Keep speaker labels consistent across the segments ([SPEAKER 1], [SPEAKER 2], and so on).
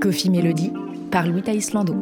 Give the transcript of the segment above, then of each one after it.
[SPEAKER 1] Coffee Melody par Louis Thaïs Lando.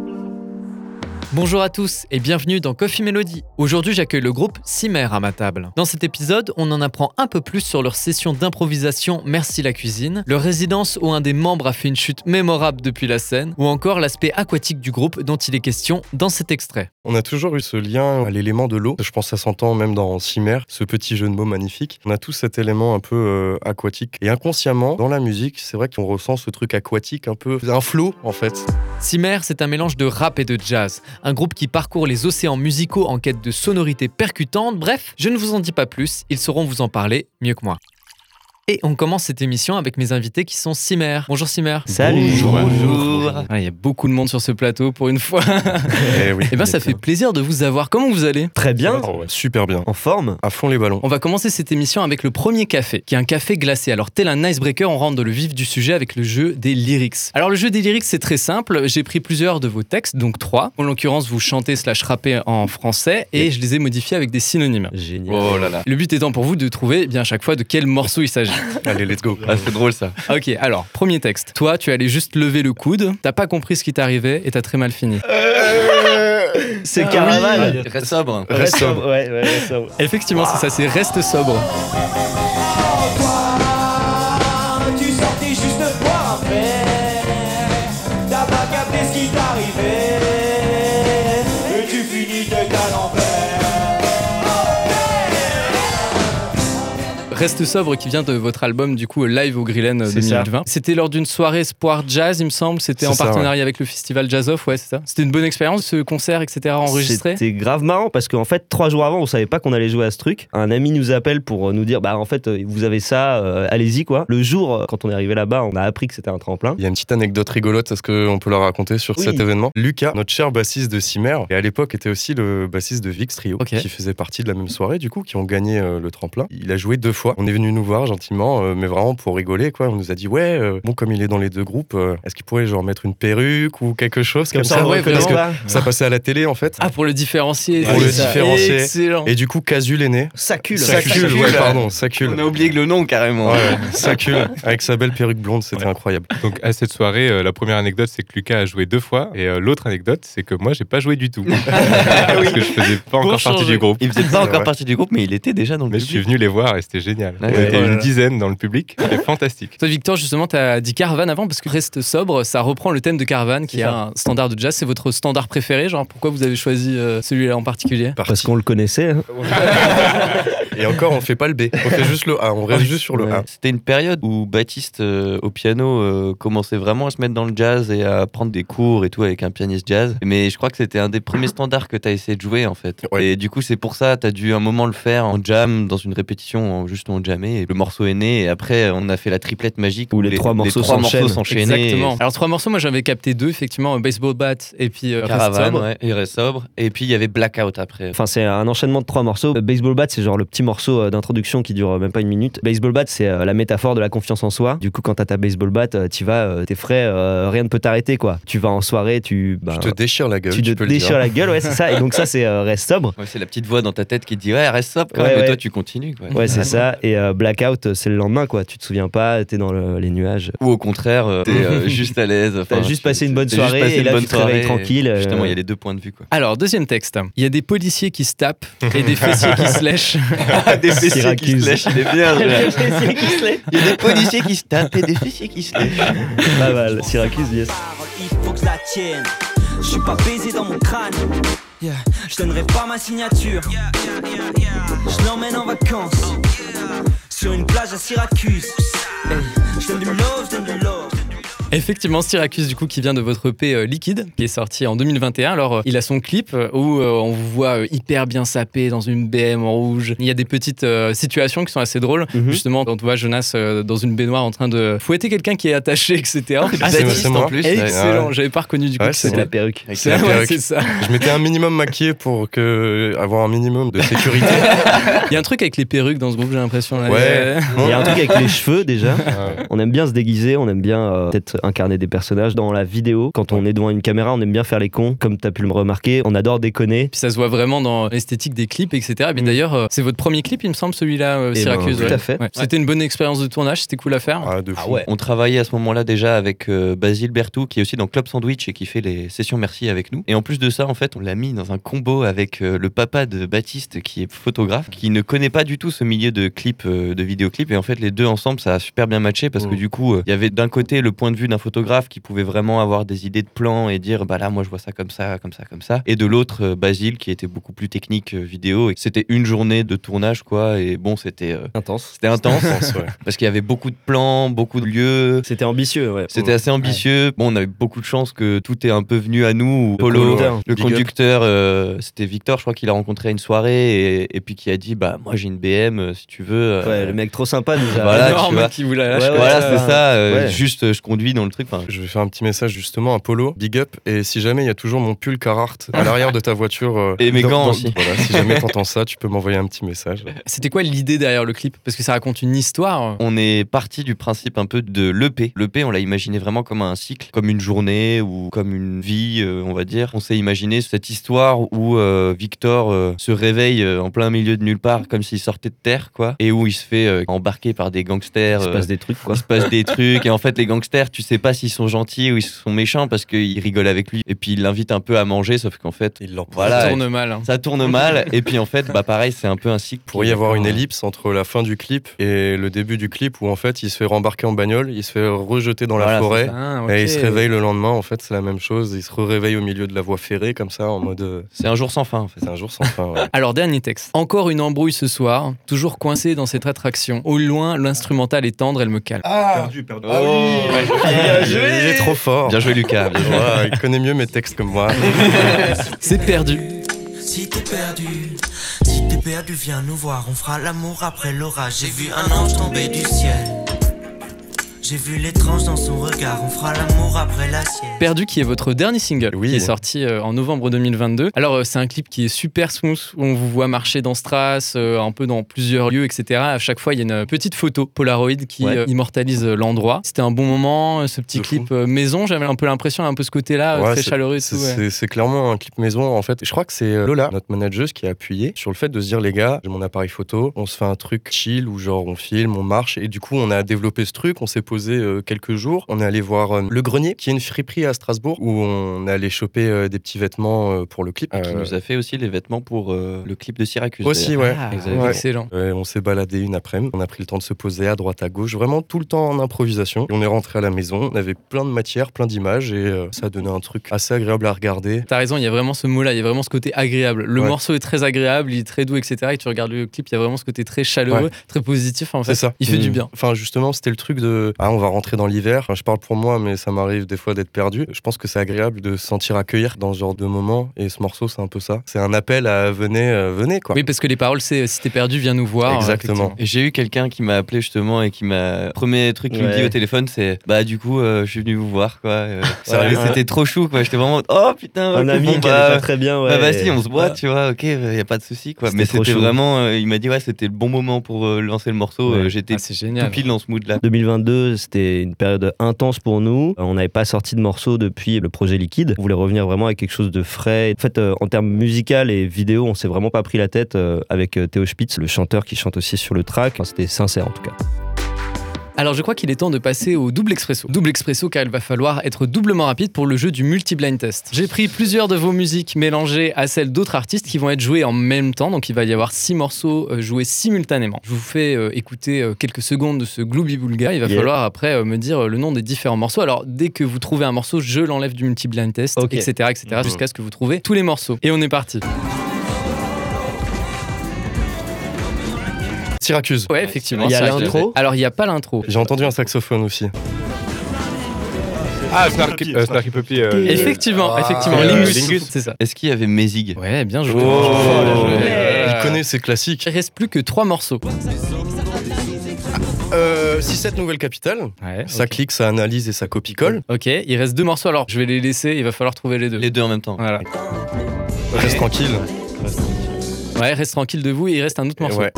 [SPEAKER 2] Bonjour à tous et bienvenue dans Coffee Melody. Aujourd'hui, j'accueille le groupe Cimer à ma table. Dans cet épisode, on en apprend un peu plus sur leur session d'improvisation Merci la cuisine, leur résidence où un des membres a fait une chute mémorable depuis la scène, ou encore l'aspect aquatique du groupe dont il est question dans cet extrait.
[SPEAKER 3] On a toujours eu ce lien à l'élément de l'eau. Je pense que ça s'entend même dans Cimer, ce petit jeu de mots magnifique. On a tous cet élément un peu euh, aquatique. Et inconsciemment, dans la musique, c'est vrai qu'on ressent ce truc aquatique un peu, un flot en fait.
[SPEAKER 2] Cimer, c'est un mélange de rap et de jazz, un groupe qui parcourt les océans musicaux en quête de sonorités percutantes. Bref, je ne vous en dis pas plus, ils sauront vous en parler mieux que moi. Et on commence cette émission avec mes invités qui sont Cimer. Bonjour Cimer.
[SPEAKER 4] Salut.
[SPEAKER 3] Bonjour.
[SPEAKER 4] Ah, Il y a beaucoup de monde sur ce plateau pour une fois.
[SPEAKER 3] Eh oui.
[SPEAKER 4] Eh bien, ça fait plaisir de vous avoir. Comment vous allez
[SPEAKER 5] Très bien,
[SPEAKER 3] Ah ouais, Super bien.
[SPEAKER 5] en forme.
[SPEAKER 3] À fond les ballons.
[SPEAKER 4] On va commencer cette émission avec le premier café, qui est un café glacé. Alors, tel un icebreaker, on rentre dans le vif du sujet avec le jeu des lyrics. Alors, le jeu des lyrics, c'est très simple. J'ai pris plusieurs de vos textes, donc trois. En l'occurrence, vous chantez slash rappez en français et je les ai modifiés avec des synonymes. Oh
[SPEAKER 5] Génial.
[SPEAKER 3] là là.
[SPEAKER 4] Le but étant pour vous de trouver eh bien à chaque fois de quel morceau il s'agit.
[SPEAKER 3] Allez, let's go.
[SPEAKER 5] c'est drôle ça.
[SPEAKER 4] Ok, alors, premier texte. Toi, tu allais juste lever le coude, t'as pas compris ce qui t'arrivait et t'as très mal fini.
[SPEAKER 5] C'est
[SPEAKER 3] Caravane.
[SPEAKER 5] Ah Reste sobre.
[SPEAKER 3] Reste sobre.
[SPEAKER 5] Ouais, ouais, reste sobre.
[SPEAKER 4] Effectivement, c'est ça, c'est reste sobre.
[SPEAKER 6] Tu sortais juste de boire un verre T'as pas capté ce qui t'arrivait Et tu finis de calember
[SPEAKER 4] Reste sobre qui vient de votre album du coup Live au Grillen euh,
[SPEAKER 5] C'est ça.
[SPEAKER 4] 2020. C'était lors d'une soirée Espoir Jazz, il me semble. C'était
[SPEAKER 3] C'est
[SPEAKER 4] en
[SPEAKER 3] ça,
[SPEAKER 4] partenariat avec le festival Jazz Off, ouais, c'est ça. C'était une bonne expérience, ce concert, etc. enregistré.
[SPEAKER 5] C'était grave marrant parce qu'en fait, trois jours avant, on savait pas qu'on allait jouer à ce truc. Un ami nous appelle pour nous dire, bah en fait, euh, vous avez ça, euh, allez-y quoi. Le jour, euh, quand on est arrivé là-bas, on a appris que c'était un tremplin.
[SPEAKER 3] Il y a une petite anecdote rigolote, est-ce qu'on peut la raconter sur
[SPEAKER 5] Oui.
[SPEAKER 3] cet événement Lucas, notre cher bassiste de Cimer, et à l'époque était aussi le bassiste de Vix Trio,
[SPEAKER 4] Ok.
[SPEAKER 3] qui faisait partie de la même soirée, du coup, qui ont gagné euh, le tremplin. Il a joué deux fois. On est venu nous voir gentiment, euh, mais vraiment pour rigoler, quoi. On nous a dit, ouais, euh, bon, comme il est dans les deux groupes, euh, est-ce qu'il pourrait genre mettre une perruque ou quelque chose comme,
[SPEAKER 4] ça,
[SPEAKER 3] ça
[SPEAKER 4] on ouais,
[SPEAKER 3] Parce
[SPEAKER 4] vraiment.
[SPEAKER 3] que
[SPEAKER 5] pas.
[SPEAKER 3] ça passait à la télé, en fait.
[SPEAKER 4] Ah, pour le différencier.
[SPEAKER 3] Pour
[SPEAKER 4] c'est
[SPEAKER 3] le
[SPEAKER 4] ça.
[SPEAKER 3] différencier.
[SPEAKER 4] Excellent.
[SPEAKER 3] Et du coup, Casul est né.
[SPEAKER 5] Ça cule.
[SPEAKER 3] Sacule, ouais, pardon, Sacule.
[SPEAKER 5] a oublié le nom carrément.
[SPEAKER 3] Ouais, ouais, Sacule, avec sa belle perruque blonde, c'était incroyable.
[SPEAKER 7] Donc à cette soirée, euh, la première anecdote, c'est que Lucas a joué deux fois, et euh, l'autre anecdote, c'est que moi, j'ai pas joué du tout parce que je faisais pas encore partie
[SPEAKER 4] changer.
[SPEAKER 7] du groupe.
[SPEAKER 8] Il faisait pas
[SPEAKER 3] C'est
[SPEAKER 8] encore
[SPEAKER 3] vrai.
[SPEAKER 8] partie du groupe, mais il était déjà dans le
[SPEAKER 7] Mais je suis
[SPEAKER 8] public.
[SPEAKER 7] venu les voir et c'était génial.
[SPEAKER 8] Ouais,
[SPEAKER 7] On
[SPEAKER 8] ouais,
[SPEAKER 7] était
[SPEAKER 8] ouais,
[SPEAKER 7] une
[SPEAKER 8] ouais.
[SPEAKER 7] dizaine dans le public, c'était fantastique.
[SPEAKER 4] Toi, Victor, justement, t'as dit Caravane avant parce que Reste sobre, ça reprend le thème de Caravane qui est un standard de jazz. C'est votre standard préféré, genre pourquoi vous avez choisi euh, celui-là en particulier
[SPEAKER 5] Parce qu'on le connaissait. hein.
[SPEAKER 3] Et encore, on fait pas le B, on fait juste le A, on reste juste sur le A.
[SPEAKER 8] Ouais. C'était une période où Baptiste euh, au piano euh, commençait vraiment à se mettre dans le jazz et à prendre des cours et tout avec un pianiste jazz. Mais je crois que c'était un des premiers standards que tu as essayé de jouer en fait.
[SPEAKER 3] Ouais.
[SPEAKER 8] Et du coup, c'est pour ça, tu as dû un moment le faire en jam, dans une répétition, en- juste en jammer. Et le morceau est né et après, on a fait la triplette magique
[SPEAKER 5] Où les trois morceaux
[SPEAKER 8] trois
[SPEAKER 5] s'enchaînent.
[SPEAKER 8] morceaux s'enchaînaient.
[SPEAKER 4] Exactement. Alors, trois morceaux, moi j'avais capté deux, effectivement euh, Baseball Bat et puis euh, Reste
[SPEAKER 8] Caravane,
[SPEAKER 4] sobre.
[SPEAKER 8] ouais, il reste sobre. Et puis il y avait Blackout après.
[SPEAKER 5] Enfin, c'est un enchaînement de trois morceaux. Euh, Baseball Bat, c'est genre le petit morceau euh, d'introduction qui dure euh, même pas une minute. Baseball Bat, c'est euh, la métaphore de la confiance en soi. Du coup, quand t'as ta baseball bat, euh, t'y vas, euh, t'es frais, euh, rien ne peut t'arrêter quoi. Tu vas en soirée, tu. bah,
[SPEAKER 3] Tu te déchires la gueule,
[SPEAKER 5] tu
[SPEAKER 3] tu,
[SPEAKER 5] te
[SPEAKER 3] peux
[SPEAKER 5] déchires
[SPEAKER 3] le dire.
[SPEAKER 5] la gueule, ouais, c'est ça. Et donc, ça, c'est euh, reste sobre.
[SPEAKER 8] Ouais, c'est la petite voix dans ta tête qui te dit ouais reste sobre quand
[SPEAKER 5] Ouais,
[SPEAKER 8] même
[SPEAKER 5] ouais.
[SPEAKER 8] et toi tu continues quoi.
[SPEAKER 5] Ouais, c'est ça. Et euh, blackout, euh, c'est le lendemain, quoi. Tu te souviens pas, t'es dans le- les nuages.
[SPEAKER 8] Ou au contraire, euh, t'es euh, juste à l'aise.
[SPEAKER 5] T'as
[SPEAKER 8] enfin,
[SPEAKER 5] juste
[SPEAKER 8] tu-
[SPEAKER 5] passé une bonne
[SPEAKER 8] t'as juste
[SPEAKER 5] soirée
[SPEAKER 8] passé
[SPEAKER 5] et
[SPEAKER 8] une
[SPEAKER 5] là,
[SPEAKER 8] bonne
[SPEAKER 5] tu te réveilles
[SPEAKER 8] soirée,
[SPEAKER 5] tranquille.
[SPEAKER 8] et
[SPEAKER 5] euh,
[SPEAKER 8] Justement, il y a les deux points de vue. Quoi.
[SPEAKER 4] Alors, deuxième texte. Il y a des policiers qui se tapent et des fessiers qui se lèchent.
[SPEAKER 8] des
[SPEAKER 5] fessiers qui se Syracuse. lèchent,
[SPEAKER 8] il est bien.
[SPEAKER 5] Il y a des
[SPEAKER 8] policiers qui se tapent et des fessiers qui se lèchent.
[SPEAKER 5] Pas mal. Syracuse, yes.
[SPEAKER 6] Il faut que je la tienne Je suis pas baisé dans mon crâne Je donnerai pas ma signature Je l'emmène en vacances Sur une plage à Syracuse Je donne du love, je donne du love
[SPEAKER 4] Effectivement, Syracuse, du coup, qui vient de votre EP euh, Liquide, qui est sorti en 2021. Alors, euh, il a son clip euh, où euh, on vous voit euh, hyper bien sapé dans une BM en rouge. Il y a des petites euh, situations qui sont assez drôles.
[SPEAKER 5] Mhm.
[SPEAKER 4] Justement, on te voit Jonas euh, dans une baignoire en train de fouetter quelqu'un qui est attaché, etc.
[SPEAKER 3] Ah, c'est- c'est moi. Ah
[SPEAKER 8] en plus. ouais.
[SPEAKER 4] Excellent, j'avais pas reconnu du coup.
[SPEAKER 3] Ouais,
[SPEAKER 4] que
[SPEAKER 3] c'est
[SPEAKER 5] C'est
[SPEAKER 4] c'était-
[SPEAKER 5] la perruque.
[SPEAKER 8] Avec
[SPEAKER 4] C'est
[SPEAKER 8] la-
[SPEAKER 3] la
[SPEAKER 4] ouais,
[SPEAKER 3] perruque.
[SPEAKER 4] c'est ça.
[SPEAKER 3] Je m'étais un minimum maquillé pour que... avoir un minimum de sécurité.
[SPEAKER 4] Il y a un truc avec les perruques dans ce groupe, j'ai l'impression. là.
[SPEAKER 3] Ouais.
[SPEAKER 5] Ah Il y a un truc avec les cheveux déjà. On aime bien se déguiser, on aime bien euh, peut-être incarner des personnages. Dans la vidéo, quand on est devant une caméra, on aime bien faire les cons, comme t'as pu le remarquer. On adore déconner.
[SPEAKER 4] Puis ça se voit vraiment dans l'esthétique des clips, etc. Mais d'ailleurs, euh, c'est votre premier clip, il me semble, celui-là, euh,
[SPEAKER 5] Eh ben,
[SPEAKER 4] Syracuse.
[SPEAKER 5] tout
[SPEAKER 4] ouais.
[SPEAKER 5] à fait.
[SPEAKER 4] Ouais. C'était une bonne expérience de tournage, c'était cool à faire.
[SPEAKER 3] Ah, de fou.
[SPEAKER 8] On travaillait à ce moment-là déjà avec euh, Basile Bertou, qui est aussi dans Club Sandwich et qui fait les sessions Merci avec nous. Et en plus de ça, en fait, on l'a mis dans un combo avec euh, le papa de Baptiste, qui est photographe, qui ne connaît pas du tout ce milieu de clips, euh, de vidéoclips. Et en fait, les deux ensemble, ça a super bien matché parce que
[SPEAKER 3] Mm.
[SPEAKER 8] du coup, euh, il y avait d'un côté le point de vue d'un photographe qui pouvait vraiment avoir des idées de plans et dire, bah là, moi, je vois ça comme ça, comme ça, comme ça. Et de l'autre, euh, Basile, qui était beaucoup plus technique euh, vidéo. Et c'était une journée de tournage, quoi. Et bon, c'était euh,
[SPEAKER 5] Intense. hein,
[SPEAKER 8] c'était intense
[SPEAKER 3] Intense, ouais.
[SPEAKER 8] parce qu'il y avait beaucoup de plans, beaucoup de lieux.
[SPEAKER 5] C'était ambitieux, ouais.
[SPEAKER 8] C'était assez ambitieux. Bon, on a eu beaucoup de chance que tout est un peu venu à nous. Polo,
[SPEAKER 5] conducteur.
[SPEAKER 8] le
[SPEAKER 3] Big up.
[SPEAKER 8] conducteur, euh, c'était Victor, je crois qu'il a rencontré à une soirée et, et puis qui a dit Bah, moi j'ai une BM euh, si tu veux. euh,
[SPEAKER 5] Ouais, le mec trop sympa nous a.
[SPEAKER 8] Voilà,
[SPEAKER 4] Énorme,
[SPEAKER 8] tu vois.
[SPEAKER 4] qui vous la lâche.
[SPEAKER 5] Ouais, ouais,
[SPEAKER 8] voilà,
[SPEAKER 5] ouais,
[SPEAKER 8] c'est ça. euh,
[SPEAKER 5] ouais.
[SPEAKER 8] Juste, euh, je conduis dans le truc. Enfin,
[SPEAKER 3] Je vais faire un petit message justement à Polo, big up. Et si jamais il y a toujours mon pull Carhartt à l'arrière de ta voiture. euh,
[SPEAKER 8] Et mes
[SPEAKER 3] dans-
[SPEAKER 8] gants
[SPEAKER 3] dans-
[SPEAKER 8] aussi.
[SPEAKER 3] Voilà, si jamais t'entends ça, tu peux m'envoyer un petit message.
[SPEAKER 4] C'était quoi l'idée derrière le clip Parce que ça raconte une histoire. euh,
[SPEAKER 8] On est parti du principe un peu de l'EP. L'EP, on l'a imaginé vraiment comme un cycle, comme une journée ou comme une vie, euh, on va dire. On s'est imaginé cette histoire où euh, Victor euh, se réveille euh, en plein milieu de nulle part, comme s'il sortait de terre, quoi, et où il se fait euh, embarquer par des gangsters.
[SPEAKER 5] Il se
[SPEAKER 8] euh,
[SPEAKER 5] passe des trucs, quoi.
[SPEAKER 8] il se passe des trucs et en fait les gangsters tu sais pas s'ils sont gentils ou ils sont méchants parce qu'ils rigolent avec lui et puis ils l'invitent un peu à manger sauf qu'en fait
[SPEAKER 3] Il l'en
[SPEAKER 8] Voilà.
[SPEAKER 4] Ça tourne mal. hein.
[SPEAKER 8] ça tourne mal et puis en fait bah pareil c'est un peu un cycle
[SPEAKER 3] Pour y avoir une ellipse entre la fin du clip et le début du clip où en fait il se fait rembarquer en bagnole, il se fait rejeter dans la
[SPEAKER 8] Voilà,
[SPEAKER 3] forêt.
[SPEAKER 4] Ah,
[SPEAKER 3] Et il
[SPEAKER 4] ok.
[SPEAKER 3] se réveille le lendemain, en fait, c'est la même chose. Il se réveille au milieu de la voie ferrée, comme ça, en mode. euh,
[SPEAKER 8] c'est un jour sans fin en fait
[SPEAKER 3] c'est un jour sans fin. ouais.
[SPEAKER 4] Alors, dernier texte. Encore une embrouille ce soir, toujours coincée dans cette attraction. Au loin, l'instrumental est tendre, elle me calme.
[SPEAKER 9] Perdu, perdu.
[SPEAKER 3] Il est trop fort.
[SPEAKER 8] bien joué Lucas bien joué.
[SPEAKER 3] Voilà, il connaît mieux mes textes que moi.
[SPEAKER 4] C'est perdu.
[SPEAKER 6] Si t'es perdu, si t'es perdu, viens nous voir. On fera l'amour après l'orage. J'ai vu un ange tomber du ciel. J'ai vu l'étrange dans son regard. On fera l'amour après la sieste.
[SPEAKER 4] Perdu qui est votre dernier single
[SPEAKER 3] Oui.
[SPEAKER 4] qui est sorti euh, en novembre 2022. Alors euh, c'est un clip qui est super smooth où on vous voit marcher dans Strass, euh, un peu dans plusieurs lieux, etc. À chaque fois il y a une euh, petite photo Polaroid qui
[SPEAKER 5] Ouais.
[SPEAKER 4] euh, immortalise euh, l'endroit. C'était un bon moment, euh, ce petit
[SPEAKER 3] De fou.
[SPEAKER 4] clip euh, maison. J'avais un peu l'impression, un peu ce côté-là euh,
[SPEAKER 3] Ouais,
[SPEAKER 4] très chaleureux et tout.
[SPEAKER 3] C'est
[SPEAKER 4] ouais.
[SPEAKER 3] c'est- c'est clairement un clip maison en fait. Je crois que c'est euh, Lola, notre manageuse, qui a appuyé sur le fait de se dire les gars, j'ai mon appareil photo, on se fait un truc chill où genre on filme, on marche et du coup on a développé ce truc, on s'est posé euh, quelques jours, on est allé voir euh, le grenier qui est une friperie à Strasbourg où on allait choper euh, des petits vêtements euh, pour le clip.
[SPEAKER 8] Ah, qui
[SPEAKER 3] Euh,
[SPEAKER 8] nous a fait aussi les vêtements pour euh, le clip de Syracuse
[SPEAKER 3] aussi
[SPEAKER 8] d'ailleurs.
[SPEAKER 3] ouais.
[SPEAKER 4] Ah,
[SPEAKER 8] Exactement.
[SPEAKER 4] Excellent.
[SPEAKER 3] Ouais, on s'est baladé une après-midi, on a pris le temps de se poser à droite à gauche, vraiment tout le temps en improvisation. Et on est rentré à la maison, on avait plein de matières, plein d'images et euh, ça a donné un truc assez agréable à regarder.
[SPEAKER 4] T'as raison, il y a vraiment ce mot-là, il y a vraiment ce côté agréable. Le
[SPEAKER 3] Ouais.
[SPEAKER 4] morceau est très agréable, il est très doux, etc. Et tu regardes le clip, il y a vraiment ce côté très chaleureux, très positif. En fait,
[SPEAKER 3] C'est ça.
[SPEAKER 4] il fait
[SPEAKER 3] Mm.
[SPEAKER 4] du bien.
[SPEAKER 3] Enfin, justement, c'était le truc de ah, on va rentrer dans l'hiver. Enfin, je parle pour moi, mais ça m'arrive des fois d'être perdu. Je pense que c'est agréable de se sentir accueillir dans ce genre de moment. Et ce morceau, c'est un peu ça. C'est un appel à venez, euh, venez quoi.
[SPEAKER 4] Oui, parce que les paroles, c'est euh, si t'es perdu, viens nous voir. euh,
[SPEAKER 3] Exactement.
[SPEAKER 8] Et j'ai eu quelqu'un qui m'a appelé justement et qui m'a premier truc qu'il me dit
[SPEAKER 5] Ouais.
[SPEAKER 8] au téléphone c'est bah du coup euh, je suis venu vous voir quoi euh,
[SPEAKER 3] Sérieux
[SPEAKER 8] et c'était trop chou quoi j'étais vraiment oh putain
[SPEAKER 5] Un
[SPEAKER 8] ok,
[SPEAKER 5] ami
[SPEAKER 8] bon,
[SPEAKER 5] qui
[SPEAKER 8] bah,
[SPEAKER 5] allait pas très bien, ouais.
[SPEAKER 8] Bah vas-y, on se boit, tu vois, ok, bah, y a pas de souci quoi.
[SPEAKER 5] C'était
[SPEAKER 8] Mais
[SPEAKER 5] trop
[SPEAKER 8] c'était
[SPEAKER 5] chaud.
[SPEAKER 8] vraiment, euh, il m'a dit ouais, c'était le bon moment pour euh, lancer le morceau.
[SPEAKER 5] Ouais.
[SPEAKER 8] euh, J'étais
[SPEAKER 4] Ah, c'est
[SPEAKER 8] tout
[SPEAKER 4] génial.
[SPEAKER 8] pile dans ce mood là.
[SPEAKER 5] 2022, c'était une période intense pour nous. Euh, On n'avait pas sorti de morceaux depuis le projet Liquide. On voulait revenir vraiment à quelque chose de frais. En fait, euh, en termes musical et vidéo, on s'est vraiment pas pris la tête euh, avec euh, Théo Spitz, le chanteur qui chante aussi sur le track. Enfin, c'était sincère en tout cas.
[SPEAKER 4] Alors je crois qu'il est temps de passer au double expresso. Double expresso car il va falloir être doublement rapide pour le jeu du multi-blind test. J'ai pris plusieurs de vos musiques mélangées à celles d'autres artistes qui vont être jouées en même temps, donc il va y avoir six morceaux euh, joués simultanément. Je vous fais euh, écouter euh, quelques secondes de ce Glooby Boulga, il va
[SPEAKER 5] Yeah.
[SPEAKER 4] falloir après euh, me dire euh, le nom des différents morceaux. Alors dès que vous trouvez un morceau, je l'enlève du multi-blind test,
[SPEAKER 5] Ok.
[SPEAKER 4] etc. etc. jusqu'à ce que vous trouvez tous les morceaux. Et on est parti.
[SPEAKER 3] Syracuse.
[SPEAKER 4] Ouais, effectivement.
[SPEAKER 5] Il y a
[SPEAKER 4] ça, je l'ai
[SPEAKER 5] l'intro
[SPEAKER 4] fait. Alors il n'y a pas l'intro.
[SPEAKER 3] J'ai entendu un saxophone aussi.
[SPEAKER 7] Ah, Snarky, euh, Snarky Puppy. euh, le-
[SPEAKER 4] Effectivement, effectivement.
[SPEAKER 7] euh,
[SPEAKER 4] Lingus.
[SPEAKER 7] Lingus.
[SPEAKER 4] C'est ça.
[SPEAKER 8] Est-ce qu'il y avait Mézig
[SPEAKER 4] Ouais, bien joué.
[SPEAKER 3] Oh. Il connaît ses classiques.
[SPEAKER 4] Oh. Il reste plus que trois morceaux.
[SPEAKER 3] Euh, si cette nouvelle capitale, ça clique, ça analyse et ça copie-colle.
[SPEAKER 4] Ok, il reste deux morceaux alors. Je vais les laisser. Il va falloir trouver les deux.
[SPEAKER 8] Les deux en même temps.
[SPEAKER 4] Voilà.
[SPEAKER 3] Reste tranquille.
[SPEAKER 4] Ouais, reste tranquille de vous. Il reste un autre
[SPEAKER 3] Et
[SPEAKER 4] morceau.
[SPEAKER 3] ouais.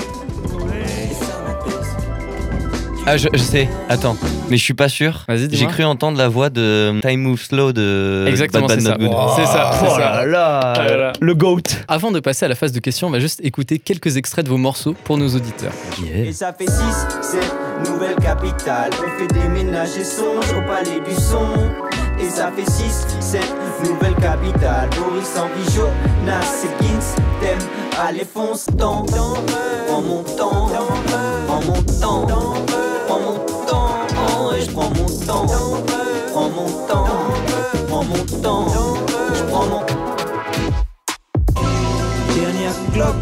[SPEAKER 8] Ah, je, je sais. Attends. Mais je suis pas sûr.
[SPEAKER 4] Vas-y, dis-moi.
[SPEAKER 8] J'ai cru entendre la voix de Time Move Slow
[SPEAKER 5] euh,
[SPEAKER 8] de
[SPEAKER 4] Exactement,
[SPEAKER 8] Bad
[SPEAKER 4] c'est ça.
[SPEAKER 8] Bad Not Good.
[SPEAKER 4] C'est ça, c'est
[SPEAKER 5] Oh
[SPEAKER 4] ça.
[SPEAKER 5] là là,
[SPEAKER 4] Ah là là.
[SPEAKER 5] Le GOAT
[SPEAKER 4] Avant de passer à la phase de questions, on va juste écouter quelques extraits de vos morceaux pour nos auditeurs.
[SPEAKER 6] Et ça fait 6, 7, nouvelle capitale. On fait déménager songe au palais du son. Et ça fait 6, 7, nouvelle capitale. Boris en Bijot, Nas et Gins, t'aimes, allez fonce, dans, prends mon temps, prends mon temps, prends mon temps, oh, et je prends mon temps, prends mon temps, prends mon temps, je prends mon Dernière clope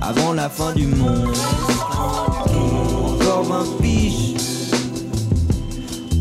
[SPEAKER 6] avant la fin du monde. Encore 20 piges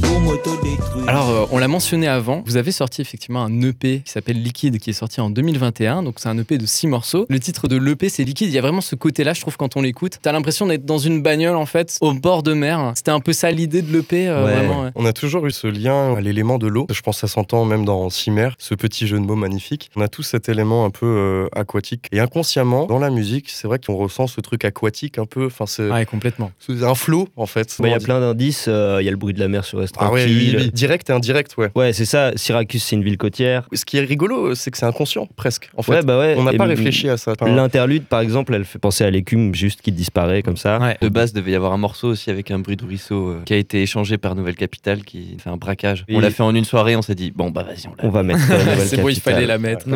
[SPEAKER 6] pour m'autodétruire.
[SPEAKER 4] Alors, euh, on l'a mentionné avant, vous avez sorti effectivement un EP qui s'appelle Liquide, qui est sorti en 2021. Donc, c'est un EP de 6 morceaux. Le titre de l'EP, c'est Liquide. Il y a vraiment ce côté-là, je trouve, quand on l'écoute. T'as l'impression d'être dans une bagnole, en fait, au bord de mer. C'était un peu ça l'idée de l'EP, euh,
[SPEAKER 5] Ouais.
[SPEAKER 4] vraiment. ouais.
[SPEAKER 3] On a toujours eu ce lien à l'élément de l'eau. Je pense que ça s'entend même dans Cimère, ce petit jeu de mots magnifique. On a tous cet élément un peu euh, aquatique. Et inconsciemment, dans la musique, c'est vrai qu'on ressent ce truc aquatique un peu. Enfin, c'est
[SPEAKER 4] Ah, ouais, complètement.
[SPEAKER 3] c'est un flot, en fait.
[SPEAKER 5] Bah, Il y a
[SPEAKER 3] On dit-
[SPEAKER 5] plein d'indices, euh, il y a le bruit de la mer sur Reste
[SPEAKER 3] Ah ouais, oui,
[SPEAKER 5] Tranquille.
[SPEAKER 3] oui. direct et indirect, ouais.
[SPEAKER 5] Ouais, c'est ça. Syracuse, c'est une ville côtière.
[SPEAKER 3] Ce qui est rigolo, c'est que c'est inconscient, presque. En fait,
[SPEAKER 5] ouais, bah ouais.
[SPEAKER 3] on n'a
[SPEAKER 5] Et
[SPEAKER 3] pas
[SPEAKER 5] m-
[SPEAKER 3] réfléchi à ça. Enfin,
[SPEAKER 5] L'interlude, par exemple, elle fait penser à l'écume juste qui disparaît comme ça.
[SPEAKER 4] Ouais.
[SPEAKER 8] De base, devait y avoir un morceau aussi avec un bruit de ruisseau euh, qui a été échangé par Nouvelle Capitale qui fait un braquage. On
[SPEAKER 5] Et-
[SPEAKER 8] l'a fait en une soirée, on s'est dit, bon, bah vas-y, on l'a.
[SPEAKER 5] On va mettre. euh, Nouvelle
[SPEAKER 4] c'est bon, il
[SPEAKER 5] Capitale.
[SPEAKER 4] fallait la mettre.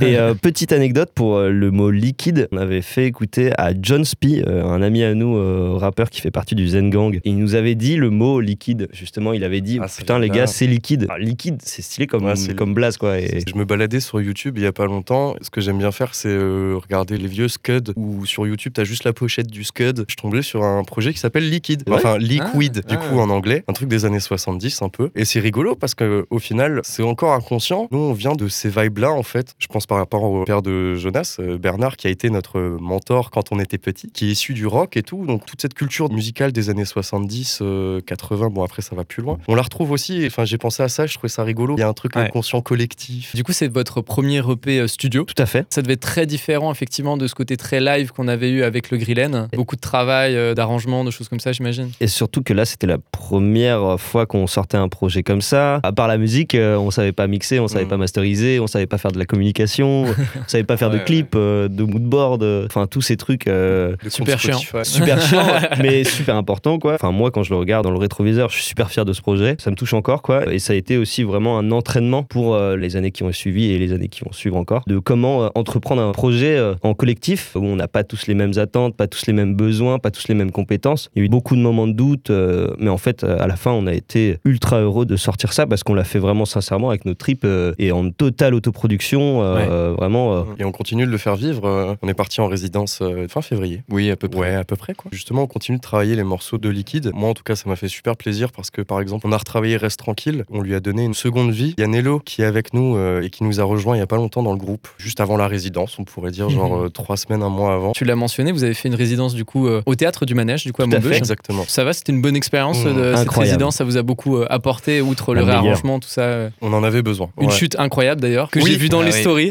[SPEAKER 5] Et euh, petite anecdote pour euh, le mot liquide, on avait fait écouter à John Spee, euh, un ami à nous, euh, rappeur qui fait partie du Zen Gang. Et il nous avait dit le mot liquide. Justement, il avait dit
[SPEAKER 3] Ah, c'est
[SPEAKER 5] putain les
[SPEAKER 3] génial.
[SPEAKER 5] gars, c'est liquide. Ah, liquide, c'est stylé comme
[SPEAKER 3] Ouais, c'est-
[SPEAKER 5] comme blaze quoi. Et...
[SPEAKER 3] Je me baladais sur YouTube il y a pas longtemps. Ce que j'aime bien faire, c'est euh, regarder les vieux Scud ou sur YouTube, t'as juste la pochette du Scud. Je tombais sur un projet qui s'appelle Liquid.
[SPEAKER 5] Ouais.
[SPEAKER 3] Enfin, Liquid,
[SPEAKER 4] Ah,
[SPEAKER 3] du
[SPEAKER 4] ah.
[SPEAKER 3] coup, en anglais. Un truc des années 70, un peu. Et c'est rigolo parce que au final, c'est encore inconscient. Nous, on vient de ces vibes-là, en fait. Je pense par rapport au père de Jonas, euh, Bernard, qui a été notre mentor quand on était petit, qui est issu du rock et tout. Donc, toute cette culture musicale des années 70, euh, 80, bon, après, ça va plus loin. On la retrouve aussi. Enfin, j'ai pensé à ça, je trouvais ça rigolo. Il y a un truc
[SPEAKER 4] Ouais.
[SPEAKER 3] inconscient collectif.
[SPEAKER 4] Du coup, c'est votre premier EP euh, studio.
[SPEAKER 5] Tout à fait.
[SPEAKER 4] Ça devait être très différent, effectivement, de ce côté très live qu'on avait eu avec le Grillen. Beaucoup de travail, euh, d'arrangement, de choses comme ça, j'imagine.
[SPEAKER 5] Et surtout que là, c'était la première fois qu'on sortait un projet comme ça. À part la musique, euh, on savait pas mixer, on savait
[SPEAKER 3] Mm.
[SPEAKER 5] pas masteriser, on savait pas faire de la communication, on savait pas faire de
[SPEAKER 7] Ouais,
[SPEAKER 5] clips, euh, de moodboard, euh, enfin tous ces trucs. euh,
[SPEAKER 3] Le
[SPEAKER 4] Super
[SPEAKER 3] compte
[SPEAKER 4] chiant.
[SPEAKER 3] Spotify.
[SPEAKER 5] super chiant mais super important quoi enfin moi quand je le regarde dans le rétroviseur je suis super fier de ce projet ça me touche encore quoi et ça a été aussi vraiment un entraînement pour euh, les années qui ont suivi et les années qui vont suivre encore de comment euh, entreprendre un projet euh, en collectif où on n'a pas tous les mêmes attentes pas tous les mêmes besoins pas tous les mêmes compétences il y a eu beaucoup de moments de doute euh, mais en fait euh, à la fin on a été ultra heureux de sortir ça parce qu'on l'a fait vraiment sincèrement avec nos tripes euh, et en totale autoproduction euh,
[SPEAKER 4] Ouais.
[SPEAKER 5] euh, vraiment euh,
[SPEAKER 3] Et on continue de le faire vivre. euh, On est parti en résidence euh, fin février.
[SPEAKER 8] Oui, à peu près.
[SPEAKER 3] Ouais, à peu près quoi. Justement, on continue de travailler les morceaux de liquide. Moi, en tout cas, ça m'a fait super plaisir parce que, par exemple, on a retravaillé Reste Tranquille. On lui a donné une seconde vie. Il y a Nello qui est avec nous euh, et qui nous a rejoint il y a pas longtemps dans le groupe, juste avant la résidence. On pourrait dire
[SPEAKER 4] Mhm.
[SPEAKER 3] genre euh, trois semaines, un mois avant.
[SPEAKER 4] Tu l'as mentionné, vous avez fait une résidence, du coup, euh, au théâtre du Manège, du coup, à
[SPEAKER 5] Tout à fait.
[SPEAKER 4] Maubeuge.
[SPEAKER 3] Exactement.
[SPEAKER 4] Ça va, c'était une bonne expérience
[SPEAKER 8] Mmh.
[SPEAKER 4] euh, de cette
[SPEAKER 5] Incroyable.
[SPEAKER 4] résidence. Ça vous a beaucoup euh, apporté, outre le
[SPEAKER 5] La meilleure.
[SPEAKER 4] réarrangement, tout ça. euh,
[SPEAKER 3] On en avait besoin.
[SPEAKER 4] Une
[SPEAKER 3] Ouais.
[SPEAKER 4] chute incroyable d'ailleurs, que
[SPEAKER 8] Oui.
[SPEAKER 4] j'ai vue dans
[SPEAKER 8] Ah
[SPEAKER 4] les
[SPEAKER 8] oui.
[SPEAKER 4] stories.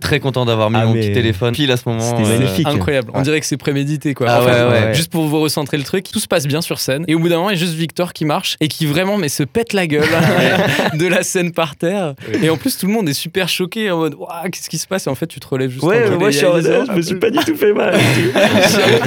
[SPEAKER 8] Très content d'avoir mis
[SPEAKER 5] Ah,
[SPEAKER 8] mon
[SPEAKER 5] mais-
[SPEAKER 8] petit téléphone pile à ce moment. euh,
[SPEAKER 5] C'était magnifique.
[SPEAKER 4] Incroyable. On
[SPEAKER 5] Ouais.
[SPEAKER 4] dirait que c'est prémédité quoi.
[SPEAKER 8] Ah ouais, ouais.
[SPEAKER 4] Juste pour vous recentrer le truc, tout se passe bien sur scène. Et au bout d'un moment, il y a juste Victor qui marche et qui vraiment mais se pète la gueule hein, de la scène par terre. Et en plus, tout le monde est super choqué en mode Ouah, qu'est-ce qui se passe Et en fait, tu te relèves juste.
[SPEAKER 5] Ouais,
[SPEAKER 4] entre
[SPEAKER 5] moi
[SPEAKER 4] les
[SPEAKER 5] je suis en
[SPEAKER 4] réalisations.
[SPEAKER 5] réserve, je me suis pas du tout fait mal.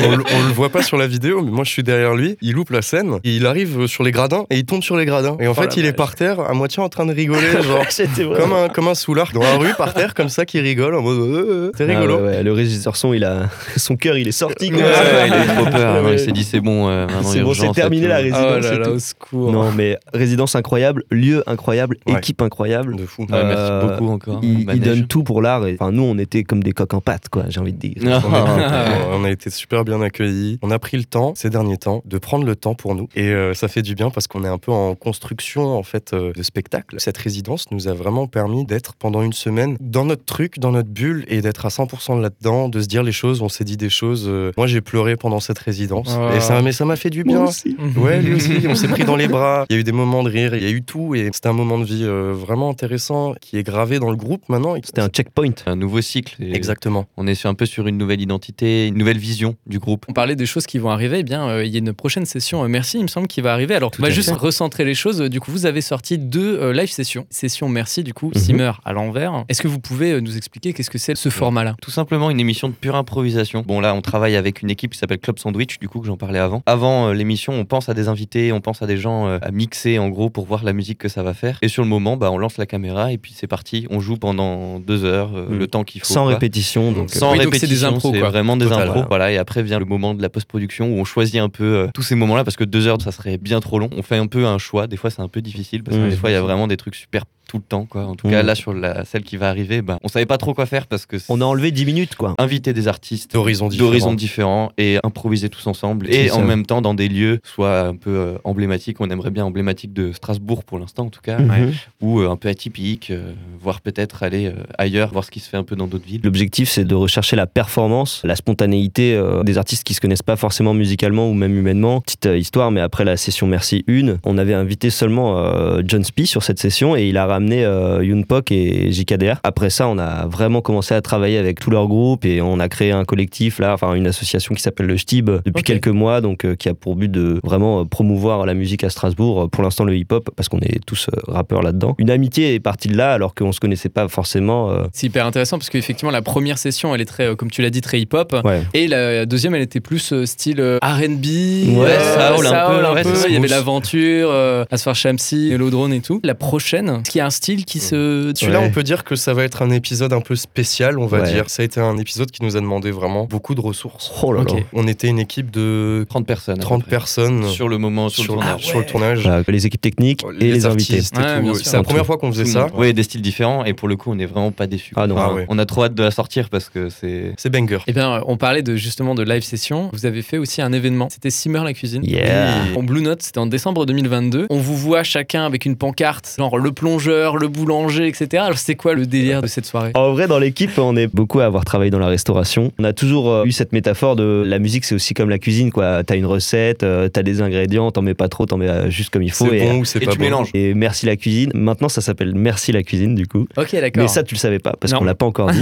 [SPEAKER 3] on, le- on le voit pas sur la vidéo, mais moi je suis derrière lui. Il loupe la scène, et il arrive euh, sur les gradins et il tombe sur les gradins. Et en fait,
[SPEAKER 4] Oh la
[SPEAKER 3] il est
[SPEAKER 4] vache.
[SPEAKER 3] par terre, à moitié en train de rigoler, genre
[SPEAKER 5] J'étais vraiment-
[SPEAKER 3] comme un, comme un soulard dans la rue, par terre, comme ça, qui rigole en mode. euh, euh, C'est rigolo.
[SPEAKER 5] Ah ouais, ouais, le régisseur son, il a son cœur, il est sorti. quoi.
[SPEAKER 8] Ouais, ouais, il a eu trop peur. hein,
[SPEAKER 5] Ouais.
[SPEAKER 8] Il s'est dit, c'est bon, euh, vraiment,
[SPEAKER 5] C'est bon,
[SPEAKER 8] urgence,
[SPEAKER 5] c'est terminé
[SPEAKER 8] tout.
[SPEAKER 5] la résidence.
[SPEAKER 4] Oh
[SPEAKER 5] c'est
[SPEAKER 4] là là,
[SPEAKER 5] tout.
[SPEAKER 4] au secours.
[SPEAKER 5] Non, mais résidence incroyable, lieu incroyable,
[SPEAKER 3] Ouais.
[SPEAKER 5] équipe incroyable.
[SPEAKER 3] De fou.
[SPEAKER 8] Ouais, Ah. merci
[SPEAKER 5] Euh,
[SPEAKER 8] beaucoup encore.
[SPEAKER 5] Il, il
[SPEAKER 8] Manège.
[SPEAKER 5] donne tout pour l'art. et- Enfin, nous, on était comme des coqs en pâte, quoi. J'ai envie de dire.
[SPEAKER 8] Ah,
[SPEAKER 3] On a- on a été super bien accueillis. On a pris le temps, ces derniers temps, de prendre le temps pour nous. Et euh, ça fait du bien parce qu'on est un peu en construction, en fait, euh, de spectacle. Cette résidence nous a vraiment permis d'être pendant une semaine dans notre truc, dans notre bulle et d'être à 100% là-dedans, de se dire les choses. On s'est dit des choses. euh, moi, j'ai pleuré pendant cette résidence.
[SPEAKER 4] Ah.
[SPEAKER 3] Et ça, mais ça m'a fait du bien.
[SPEAKER 5] aussi.
[SPEAKER 3] Ouais, lui aussi, on s'est pris dans les bras. Il y a eu des moments de rire, il y a eu tout et c'était un moment de vie euh, vraiment intéressant qui est gravé dans le groupe maintenant.
[SPEAKER 5] C'était un checkpoint.
[SPEAKER 8] un nouveau cycle. Et
[SPEAKER 3] Exactement.
[SPEAKER 8] On est sur- un peu sur une nouvelle identité, une nouvelle vision du groupe.
[SPEAKER 4] On parlait des choses qui vont arriver. Eh bien, euh, il y a une prochaine session. euh, merci, il me semble, qui va arriver. Alors, on va
[SPEAKER 8] à
[SPEAKER 4] juste
[SPEAKER 8] fait.
[SPEAKER 4] recentrer les choses. Du coup, vous avez sorti deux euh, live sessions. Session Merci, du coup,
[SPEAKER 5] Mhm.
[SPEAKER 4] Simmer à l'envers. Est-ce que vous pouvez euh, nous expliquer qu'est-ce que c'est ce format-là
[SPEAKER 8] Tout simplement une émission de pure improvisation. Bon là, on travaille avec une équipe qui s'appelle Club Sandwich, du coup que j'en parlais avant. Avant euh, l'émission, on pense à des invités, on pense à des gens euh, à mixer en gros pour voir la musique que ça va faire. Et sur le moment, bah, on lance la caméra et puis c'est parti. On joue pendant deux heures, euh,
[SPEAKER 5] Mm.
[SPEAKER 8] le temps qu'il faut.
[SPEAKER 5] Sans
[SPEAKER 8] quoi.
[SPEAKER 5] répétition. Donc,
[SPEAKER 8] Sans
[SPEAKER 4] Oui, donc c'est
[SPEAKER 8] répétition,
[SPEAKER 4] des impros,
[SPEAKER 8] c'est
[SPEAKER 4] quoi.
[SPEAKER 8] vraiment des
[SPEAKER 5] Total,
[SPEAKER 8] impros.
[SPEAKER 5] voilà.
[SPEAKER 8] Voilà. et après vient le moment de la post-production où on choisit un peu euh, tous ces moments-là parce que deux heures, ça serait bien trop long. On fait un peu un choix. Des fois, c'est un peu difficile parce que
[SPEAKER 5] Mm.
[SPEAKER 8] des fois, il y a vraiment des trucs super tout le temps, quoi. En tout
[SPEAKER 5] Mm.
[SPEAKER 8] cas, là sur la celle qui va arriver, bah, on savait pas trop quoi faire parce que c'est
[SPEAKER 5] On a enlevé 10 minutes, quoi.
[SPEAKER 8] inviter des artistes
[SPEAKER 3] D'horizons différents.
[SPEAKER 8] d'horizons différents et improviser tous ensemble et
[SPEAKER 5] C'est ça.
[SPEAKER 8] en même temps dans des lieux soit un peu euh, emblématiques on aimerait bien emblématiques de Strasbourg pour l'instant en tout cas
[SPEAKER 5] Mhm.
[SPEAKER 8] ou euh, un peu atypiques euh, voire peut-être aller euh, ailleurs voir ce qui se fait un peu dans d'autres villes
[SPEAKER 5] L'objectif, c'est de rechercher la performance, la spontanéité euh, des artistes qui se connaissent pas forcément musicalement ou même humainement. Petite euh, histoire, mais après la session Merci 1, on avait invité seulement euh, John Spee sur cette session et il a ramené euh, Younpok et JKDR. Après ça, on a vraiment commencé à travailler avec tout leur groupe et on a créé un collectif, là, enfin une association qui s'appelle le STIB euh, depuis
[SPEAKER 4] Ok.
[SPEAKER 5] quelques mois, donc euh, qui a pour but de vraiment euh, promouvoir la musique à Strasbourg. Euh, Pour l'instant, le hip-hop, parce qu'on est tous euh, rappeurs là-dedans. Une amitié est partie de là alors qu'on se connaissait pas forcément. euh,
[SPEAKER 4] C'est hyper intéressant parce qu'effectivement, la première session, elle est très, euh, comme tu l'as dit, très hip-hop.
[SPEAKER 5] Ouais.
[SPEAKER 4] Et la deuxième, elle était plus euh, style euh, RB,
[SPEAKER 5] Ouais,
[SPEAKER 4] euh,
[SPEAKER 8] soul un peu, ouais, c'est
[SPEAKER 4] Il y avait
[SPEAKER 8] smooth.
[SPEAKER 4] l'aventure, euh, Asfar Shamsi, Mélodrone et tout. La prochaine, est-ce qu'il y a un style qui se.
[SPEAKER 3] Celui-là,
[SPEAKER 5] Ouais.
[SPEAKER 3] on peut dire que ça va être un épisode un peu spécial, on va
[SPEAKER 5] Ouais.
[SPEAKER 3] dire. Ça a été un épisode qui nous a demandé vraiment beaucoup de ressources.
[SPEAKER 5] Oh là là.
[SPEAKER 4] Ok.
[SPEAKER 3] On était une équipe de
[SPEAKER 8] 30 personnes à peu
[SPEAKER 3] 30
[SPEAKER 8] près.
[SPEAKER 3] personnes
[SPEAKER 8] sur le moment sur, le tournage
[SPEAKER 3] sur le Ah, tournage.
[SPEAKER 5] Ah Voilà, Euh, les équipes techniques et les invités.
[SPEAKER 3] Oh, artistes et
[SPEAKER 4] Ouais,
[SPEAKER 3] tout.
[SPEAKER 4] bien sûr.
[SPEAKER 3] C'est la première fois qu'on faisait ça.
[SPEAKER 8] oui des styles différents et pour le coup on n'est vraiment pas déçus
[SPEAKER 5] Ah non.
[SPEAKER 3] Ah ouais.
[SPEAKER 8] on a trop hâte de la sortir parce que c'est
[SPEAKER 3] C'est banger.
[SPEAKER 4] Eh bien, euh, on parlait de, justement de live session. Vous avez fait aussi un événement. C'était Simmer la cuisine.
[SPEAKER 5] Yeah.
[SPEAKER 4] En Blue Note, c'était en décembre 2022. On vous voit chacun avec une pancarte, genre le plongeur, le boulanger, etc. Alors, c'est quoi le délire de cette soirée
[SPEAKER 5] En vrai, dans l'équipe, on est beaucoup à avoir travaillé dans la restauration. On a toujours euh, eu cette métaphore de la musique, c'est aussi comme la cuisine, quoi. T'as une recette, euh, t'as des ingrédients, t'en mets pas trop, t'en mets euh, juste comme il
[SPEAKER 3] C'est
[SPEAKER 5] faut. et,
[SPEAKER 3] bon ou c'est
[SPEAKER 8] et
[SPEAKER 3] pas
[SPEAKER 8] tu
[SPEAKER 3] bon.
[SPEAKER 8] mélanges
[SPEAKER 5] et merci la cuisine. Maintenant, ça s'appelle merci la cuisine, du coup.
[SPEAKER 4] Ok, d'accord.
[SPEAKER 5] Mais ça, tu le savais pas, parce
[SPEAKER 4] Non.
[SPEAKER 5] qu'on l'a pas encore dit.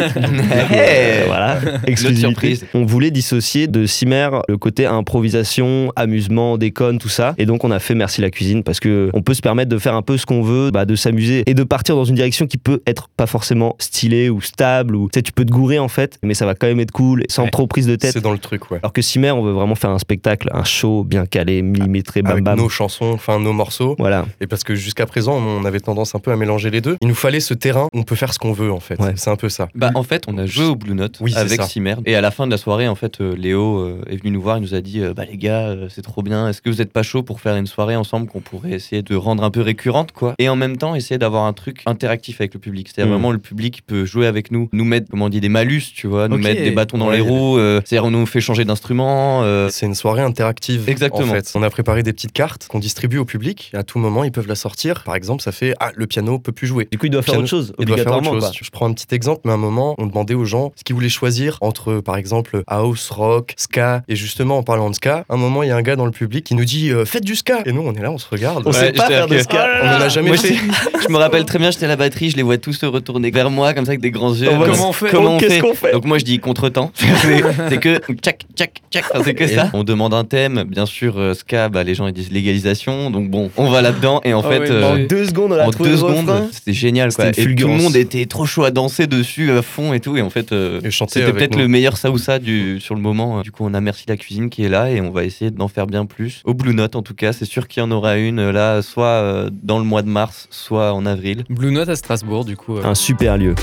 [SPEAKER 5] Euh, voilà, exclusivité.
[SPEAKER 8] surprise.
[SPEAKER 5] On voulait dissocier de Cimer le côté improvisation, amusement, déconne, tout ça. Et donc on a fait Merci la cuisine parce que on peut se permettre de faire un peu ce qu'on veut, bah, de s'amuser et de partir dans une direction qui peut être pas forcément stylée ou stable ou tu sais, tu peux te gourer en fait, mais ça va quand même être cool sans trop prise de tête.
[SPEAKER 3] C'est dans le truc, ouais.
[SPEAKER 5] Alors que Cimer, on veut vraiment faire un spectacle, un show bien calé, millimétré, bam
[SPEAKER 3] Ah, Avec
[SPEAKER 5] bam.
[SPEAKER 3] nos chansons, enfin nos morceaux.
[SPEAKER 5] Voilà.
[SPEAKER 3] Et parce que jusqu'à présent, on avait tendance un peu à mélanger les deux. Il nous fallait ce terrain, on peut faire ce qu'on veut en fait.
[SPEAKER 5] Ouais.
[SPEAKER 3] C'est un peu ça.
[SPEAKER 8] Bah, en fait, on a joué au Blue Note
[SPEAKER 3] Oui, c'est
[SPEAKER 8] avec
[SPEAKER 3] ça.
[SPEAKER 8] Cimer. Et à la fin de la soirée, en fait, euh, Léo euh, est venu nous voir. Il nous a dit euh, Bah, les gars, euh, c'est trop bien. Est-ce que vous êtes pas chaud pour faire une soirée ensemble qu'on pourrait essayer de rendre un peu récurrente, quoi Et en même temps, essayer d'avoir un truc interactif avec le public. C'est-à-dire
[SPEAKER 5] Mm.
[SPEAKER 8] vraiment, le public peut jouer avec nous, nous mettre, comment on dit, des malus, tu vois, nous
[SPEAKER 4] Ok.
[SPEAKER 8] mettre des bâtons dans les
[SPEAKER 3] Ouais.
[SPEAKER 8] roues. euh, C'est-à-dire, on nous fait changer d'instrument. euh,
[SPEAKER 3] C'est une soirée interactive.
[SPEAKER 8] Exactement.
[SPEAKER 3] En fait. On a préparé des petites cartes qu'on distribue au public. À tout moment, ils peuvent la sortir. Par exemple, ça fait Ah, le piano peut plus jouer.
[SPEAKER 5] Du coup, il doit faire
[SPEAKER 3] Piano.
[SPEAKER 5] autre chose,
[SPEAKER 3] Il doit faire autre
[SPEAKER 5] obligatoirement.
[SPEAKER 3] chose. Je prends un petit exemple, mais à un moment, on demandait aux gens ce qu'ils voulaient choisir entre, par exemple, house, rock, ska. Et justement, en parlant de ska, à un moment, il y a un gars dans le public qui nous dit euh, Faites du ska Et nous, on est là, on se regarde.
[SPEAKER 5] quoi. On
[SPEAKER 8] Ouais,
[SPEAKER 5] sait pas
[SPEAKER 8] c'est-à-dire
[SPEAKER 5] faire de
[SPEAKER 8] que-
[SPEAKER 5] ska.
[SPEAKER 3] On en a jamais
[SPEAKER 8] Moi,
[SPEAKER 3] fait.
[SPEAKER 8] Je me rappelle très bien, j'étais à la batterie, je les vois tous se retourner vers moi, comme ça, avec des grands yeux.
[SPEAKER 5] En mode,
[SPEAKER 4] Comment on fait
[SPEAKER 8] Comment on
[SPEAKER 5] Qu'est-ce
[SPEAKER 8] fait
[SPEAKER 5] qu'on fait
[SPEAKER 8] Donc moi je dis contre-temps. C'est c'est que tchac, tchac, tchac. Enfin, C'est que ça. On demande un thème, bien sûr, euh, ska, bah, les gens ils disent légalisation. Donc bon, on va là-dedans et en
[SPEAKER 4] Ah
[SPEAKER 8] fait.
[SPEAKER 4] ouais,
[SPEAKER 8] euh,
[SPEAKER 5] En
[SPEAKER 4] Ouais.
[SPEAKER 5] deux secondes, on a
[SPEAKER 8] en
[SPEAKER 5] trouvé
[SPEAKER 8] deux
[SPEAKER 5] le refrain.
[SPEAKER 8] secondes, c'était génial quoi.
[SPEAKER 5] C'était une
[SPEAKER 8] Et tout le
[SPEAKER 5] fulgurance.
[SPEAKER 8] monde était trop chaud à danser dessus à fond et tout. Et en fait, euh,
[SPEAKER 3] Et chanter
[SPEAKER 8] c'était
[SPEAKER 3] avec
[SPEAKER 8] peut-être
[SPEAKER 3] nous.
[SPEAKER 8] le meilleur ça ou ça du, sur le moment. hein. Du coup, on a Merci la cuisine qui est là et on va essayer d'en faire bien plus. Au Blue Note en tout cas, c'est sûr qu'il y en aura une euh, là, soit euh, dans le mois de mars, soit en avril.
[SPEAKER 4] Blue Note à Strasbourg, du coup. euh.
[SPEAKER 5] Un super lieu.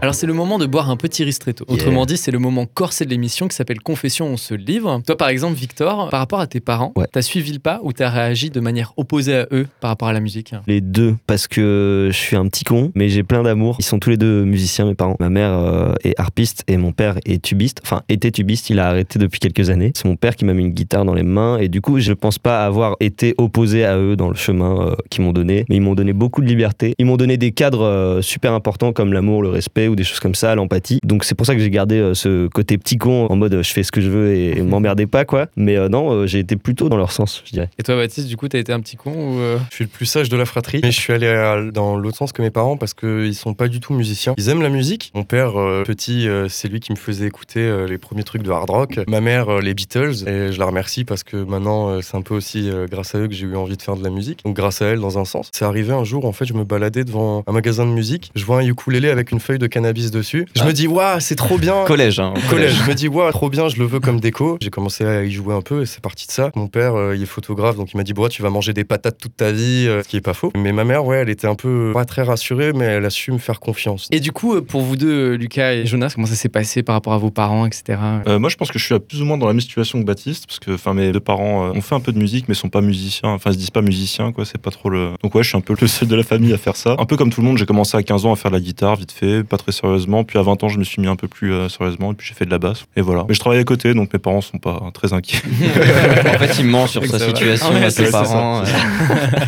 [SPEAKER 4] Alors, c'est le moment de boire un petit ristretto.
[SPEAKER 5] Yeah.
[SPEAKER 4] Autrement dit, c'est le moment corsé de l'émission qui s'appelle Confession, on se livre. Toi, par exemple, Victor, par rapport à tes parents,
[SPEAKER 5] Ouais.
[SPEAKER 4] t'as suivi le pas ou t'as réagi de manière opposée à eux par rapport à la musique
[SPEAKER 5] Les deux, parce que je suis un petit con, mais j'ai plein d'amour. Ils sont tous les deux musiciens, mes parents. Ma mère euh, est harpiste et mon père est tubiste. Enfin, était tubiste, il a arrêté depuis quelques années. C'est mon père qui m'a mis une guitare dans les mains et du coup, je pense pas avoir été opposé à eux dans le chemin euh, qu'ils m'ont donné. Mais ils m'ont donné beaucoup de liberté. Ils m'ont donné des cadres euh, super importants comme l'amour, le respect, ou des choses comme ça, l'empathie. Donc c'est pour ça que j'ai gardé euh, ce côté petit con en mode euh, je fais ce que je veux et, et m'emmerdez pas quoi. Mais euh, non, euh, j'ai été plutôt dans leur sens, je dirais.
[SPEAKER 4] Et toi, Baptiste, du coup, t'as été un petit con ou. euh,
[SPEAKER 3] Je suis le plus sage de la fratrie, mais je suis allé à- dans l'autre sens que mes parents parce qu'ils sont pas du tout musiciens. Ils aiment la musique. Mon père, euh, petit, euh, c'est lui qui me faisait écouter euh, les premiers trucs de hard rock. Ma mère, euh, les Beatles. Et je la remercie parce que maintenant, euh, c'est un peu aussi euh, grâce à eux que j'ai eu envie de faire de la musique. Donc grâce à elle, dans un sens. C'est arrivé un jour, en fait, je me baladais devant un magasin de musique. Je vois un ukulélé avec une feuille de cannabis dessus. Je me dis, waouh, c'est trop bien.
[SPEAKER 8] Collège, hein.
[SPEAKER 3] Au collège. Je me dis, ouais, trop bien, je le veux comme déco. J'ai commencé à y jouer un peu et c'est parti de ça. Mon père, euh, il est photographe, donc il m'a dit, bon, tu vas manger des patates toute ta vie, euh, ce qui est pas faux. Mais ma mère, ouais, elle était un peu pas très rassurée, mais elle a su me faire confiance.
[SPEAKER 4] Et du coup, euh, pour vous deux, euh, Lucas et Jonas, comment ça s'est passé par rapport à vos parents, etc.
[SPEAKER 9] Euh, moi, je pense que je suis à plus ou moins dans la même situation que Baptiste, parce que enfin, mes deux parents euh, ont fait un peu de musique, mais sont pas musiciens. Enfin, ils se disent pas musiciens, quoi. C'est pas trop le. Donc, ouais, je suis un peu le seul de la famille à faire ça. Un peu comme tout le monde, j'ai commencé à 15 ans à faire de la guitare, vite fait, pas très sérieusement. Puis à 20 ans, je me suis mis un peu plus euh, sérieusement, et puis j'ai fait de la basse. Et voilà. Mais je travaille à côté, donc mes parents sont pas euh, très inquiets.
[SPEAKER 8] En fait, il ment sur
[SPEAKER 4] Ça
[SPEAKER 8] sa
[SPEAKER 4] va.
[SPEAKER 8] situation
[SPEAKER 4] Ouais,
[SPEAKER 8] à
[SPEAKER 4] c'est
[SPEAKER 8] ses
[SPEAKER 9] ça,
[SPEAKER 8] parents. euh,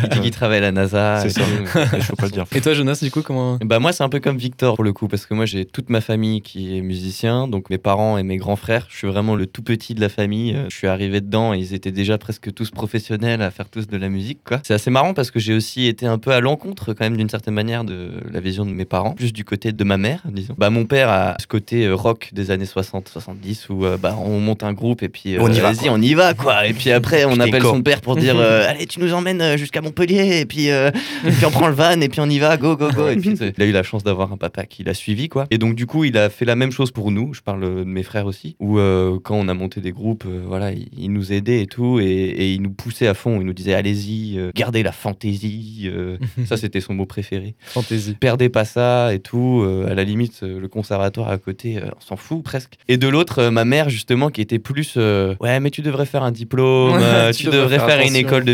[SPEAKER 8] Il dit qu'il travaille à la NASA.
[SPEAKER 9] C'est
[SPEAKER 8] et
[SPEAKER 9] ça.
[SPEAKER 8] tout.
[SPEAKER 9] Il faut pas le dire.
[SPEAKER 4] Et toi, Jonas, du coup, comment.
[SPEAKER 8] Bah moi c'est un peu comme Victor pour le coup parce que moi j'ai toute ma famille qui est musicien donc mes parents et mes grands frères je suis vraiment le tout petit de la famille Euh, je suis arrivé dedans et ils étaient déjà presque tous professionnels à faire tous de la musique quoi c'est assez marrant parce que j'ai aussi été un peu à l'encontre quand même d'une certaine manière de la vision de mes parents plus du côté de ma mère disons bah mon père a ce côté euh, rock des années 60 70 où euh, bah on monte un groupe et puis euh,
[SPEAKER 3] On y va,
[SPEAKER 8] vas-y on y va quoi et puis après on
[SPEAKER 3] Putain,
[SPEAKER 8] appelle
[SPEAKER 3] quoi.
[SPEAKER 8] son père pour dire euh, allez tu nous emmènes euh, jusqu'à Montpellier et puis euh, et puis on prend le van et puis on y va, go, go, go. Et puis, il a eu la chance d'avoir un papa qui l'a suivi, quoi. Et donc, du coup, il a fait la même chose pour nous. Je parle euh, de mes frères aussi, où euh, quand on a monté des groupes, euh, voilà, il, il nous aidait et tout, et, et il nous poussait à fond. Il nous disait, allez-y, euh, gardez la fantaisie. euh. ça, c'était son mot préféré.
[SPEAKER 4] Fantaisie.
[SPEAKER 8] Perdez pas ça et tout. euh, à la limite, euh, le conservatoire à côté, euh, on s'en fout presque. Et de l'autre, euh, ma mère, justement, qui était plus, euh, ouais, mais tu devrais faire un diplôme,
[SPEAKER 4] Ouais,
[SPEAKER 8] euh,
[SPEAKER 4] tu
[SPEAKER 8] tu,
[SPEAKER 4] devrais
[SPEAKER 8] devrais
[SPEAKER 4] faire
[SPEAKER 8] faire, une
[SPEAKER 4] attention.
[SPEAKER 8] école de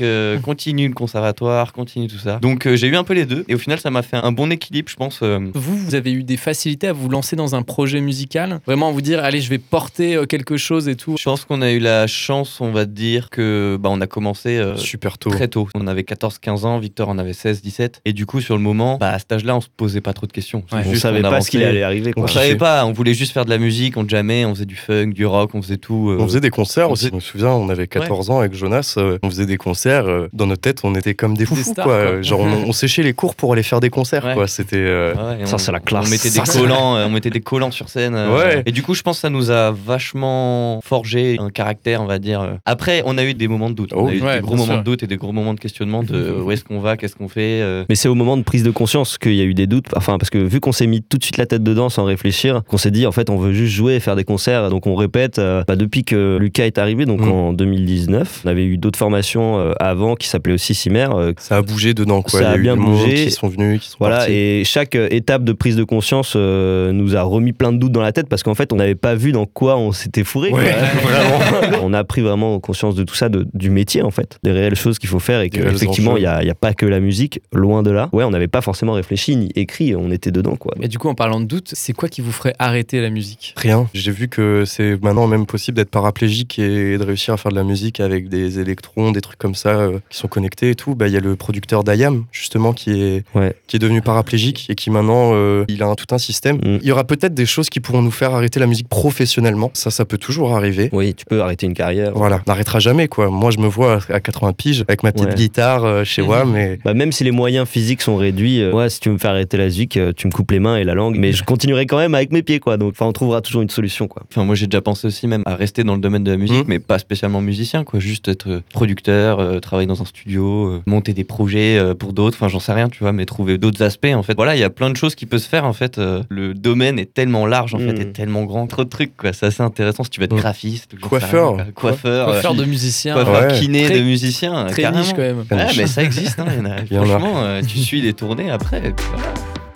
[SPEAKER 8] euh, continue le conservatoire, continue tout ça. Donc euh, j'ai eu un peu les deux et au final ça m'a fait un bon équilibre, je pense. euh,
[SPEAKER 4] Vous, vous avez eu des facilités à vous lancer dans un projet musical Vraiment vous dire, allez, je vais porter euh, quelque chose et tout
[SPEAKER 8] je pense qu'on a eu la chance, on va dire, que bah, on a commencé euh,
[SPEAKER 3] Super tôt.
[SPEAKER 8] très tôt. On avait 14-15 ans, Victor en avait 16-17. Et du coup, sur le moment, bah, à cet âge-là, on se posait pas trop de questions.
[SPEAKER 4] Ouais.
[SPEAKER 8] C'est
[SPEAKER 5] On
[SPEAKER 8] juste
[SPEAKER 5] savait
[SPEAKER 8] qu'on
[SPEAKER 5] pas ce qu'il
[SPEAKER 8] avançait.
[SPEAKER 5] allait arriver
[SPEAKER 8] On
[SPEAKER 5] quoi.
[SPEAKER 8] savait
[SPEAKER 3] kiffait.
[SPEAKER 8] pas, on voulait juste faire de la musique, on jammait, on faisait du funk, du rock, on faisait tout. euh,
[SPEAKER 3] On faisait des concerts
[SPEAKER 8] on
[SPEAKER 3] aussi.
[SPEAKER 8] faisait-
[SPEAKER 3] Je me souviens, on avait 14 ans avec Jonas, euh, on faisait des concerts. euh, dans notre tête, on était comme des
[SPEAKER 4] Des
[SPEAKER 3] fous,
[SPEAKER 4] stars,
[SPEAKER 3] quoi.
[SPEAKER 4] quoi.
[SPEAKER 3] Genre, on, on séchait les cours pour aller faire des concerts,
[SPEAKER 8] Ouais.
[SPEAKER 3] quoi. C'était. euh,
[SPEAKER 8] Ouais, et
[SPEAKER 5] Ça,
[SPEAKER 8] on-
[SPEAKER 5] c'est la classe.
[SPEAKER 8] On mettait des
[SPEAKER 5] Ça, c'est la-
[SPEAKER 8] collants, euh, on mettait des collants sur scène. euh,
[SPEAKER 3] Ouais.
[SPEAKER 8] Et du coup, je pense que ça nous a vachement forgé un caractère, on va dire. euh. Après, on a eu des moments de doute. on
[SPEAKER 3] Oh,
[SPEAKER 8] a eu
[SPEAKER 4] ouais,
[SPEAKER 8] des gros
[SPEAKER 4] bien
[SPEAKER 8] moments
[SPEAKER 4] sûr.
[SPEAKER 8] de doute et des gros moments de questionnement de euh, où est-ce qu'on va, qu'est-ce qu'on fait. euh.
[SPEAKER 5] Mais c'est au moment de prise de conscience qu'il y a eu des doutes. Enfin, parce que vu qu'on s'est mis tout de suite la tête dedans sans réfléchir, qu'on s'est dit en fait on veut juste jouer et faire des concerts. Donc on répète. euh, bah, depuis que Lucas est arrivé, donc
[SPEAKER 3] Mm.
[SPEAKER 5] en 2019, on avait eu d'autres formations euh, avant qui s'appelaient aussi Cimer. euh,
[SPEAKER 3] Ça a bougé dedans, quoi.
[SPEAKER 5] Ça
[SPEAKER 3] Il y
[SPEAKER 5] a
[SPEAKER 3] a eu
[SPEAKER 5] bien
[SPEAKER 3] du monde
[SPEAKER 5] bougé.
[SPEAKER 3] qui sont venus, qui sont
[SPEAKER 5] voilà,
[SPEAKER 3] partis.
[SPEAKER 5] et chaque euh, étape de prise de conscience euh, nous a remis plein de doutes dans la tête parce qu'en fait on n'avait pas vu dans quoi on s'était fourré. quoi.
[SPEAKER 3] Ouais, vraiment.
[SPEAKER 5] on a pris vraiment conscience de tout ça, de- du métier en fait, des réelles choses qu'il faut faire et
[SPEAKER 3] Des réels
[SPEAKER 5] qu'effectivement
[SPEAKER 3] enjeux.
[SPEAKER 5] il n'y a, il y a pas que la musique, loin de là. Ouais, on n'avait pas forcément réfléchi ni écrit, on était dedans quoi.
[SPEAKER 4] Et du coup, en parlant de doute, c'est quoi qui vous ferait arrêter la musique
[SPEAKER 3] Rien. J'ai vu que c'est maintenant même possible d'être paraplégique et de réussir à faire de la musique avec des électrons, des trucs comme ça euh, qui sont connectés et tout. Bah, Il y a le producteur d'IAM, justement, qui est,
[SPEAKER 5] Ouais.
[SPEAKER 3] qui est devenu paraplégique et qui maintenant, euh, il a un- tout un système.
[SPEAKER 5] Mm.
[SPEAKER 3] Il y aura peut-être des choses qui pourront nous faire arrêter la musique professionnellement. Ça, ça peut toujours arriver.
[SPEAKER 5] Oui, tu peux arrêter une carrière.
[SPEAKER 3] Voilà, on n'arrêtera jamais quoi. Moi, je me vois à 80 piges avec ma petite
[SPEAKER 5] Ouais.
[SPEAKER 3] guitare euh, chez moi, mais
[SPEAKER 5] Bah même si les moyens physiques sont réduits, euh, ouais, si tu veux me faire arrêter la musique, euh, tu me coupes les mains et la langue, mais je continuerai quand même avec mes pieds quoi. Donc enfin, on trouvera toujours une solution quoi.
[SPEAKER 8] Enfin, moi, j'ai déjà pensé aussi même à rester dans le domaine de la musique,
[SPEAKER 3] Mhm.
[SPEAKER 8] mais pas spécialement musicien, quoi. Juste être euh, producteur, euh, travailler dans un studio, euh, monter des projets euh, pour d'autres. Enfin, j'en sais rien, tu vois, mais trouver d'autres aspects. En fait, voilà, il y a plein de choses qui peuvent se faire. En fait, Euh, le domaine est tellement large, en
[SPEAKER 5] Mhm.
[SPEAKER 8] fait, est tellement grand, trop de trucs, quoi. C'est assez intéressant si tu veux être
[SPEAKER 3] Mhm.
[SPEAKER 8] graphiste, ou j'en sais
[SPEAKER 3] Coiffeur.
[SPEAKER 8] rien, quoi. coiffeur, euh,
[SPEAKER 4] Faire de musicien,
[SPEAKER 8] Quoi, faire
[SPEAKER 3] Ouais.
[SPEAKER 8] kiné
[SPEAKER 4] Très-
[SPEAKER 8] de musicien,
[SPEAKER 4] très
[SPEAKER 8] carrément.
[SPEAKER 4] niche quand même.
[SPEAKER 3] quand même.
[SPEAKER 8] Ouais, mais ça existe, hein, il y en a.
[SPEAKER 3] y en a.
[SPEAKER 8] Franchement, euh, tu suis les tournées après. et puis voilà.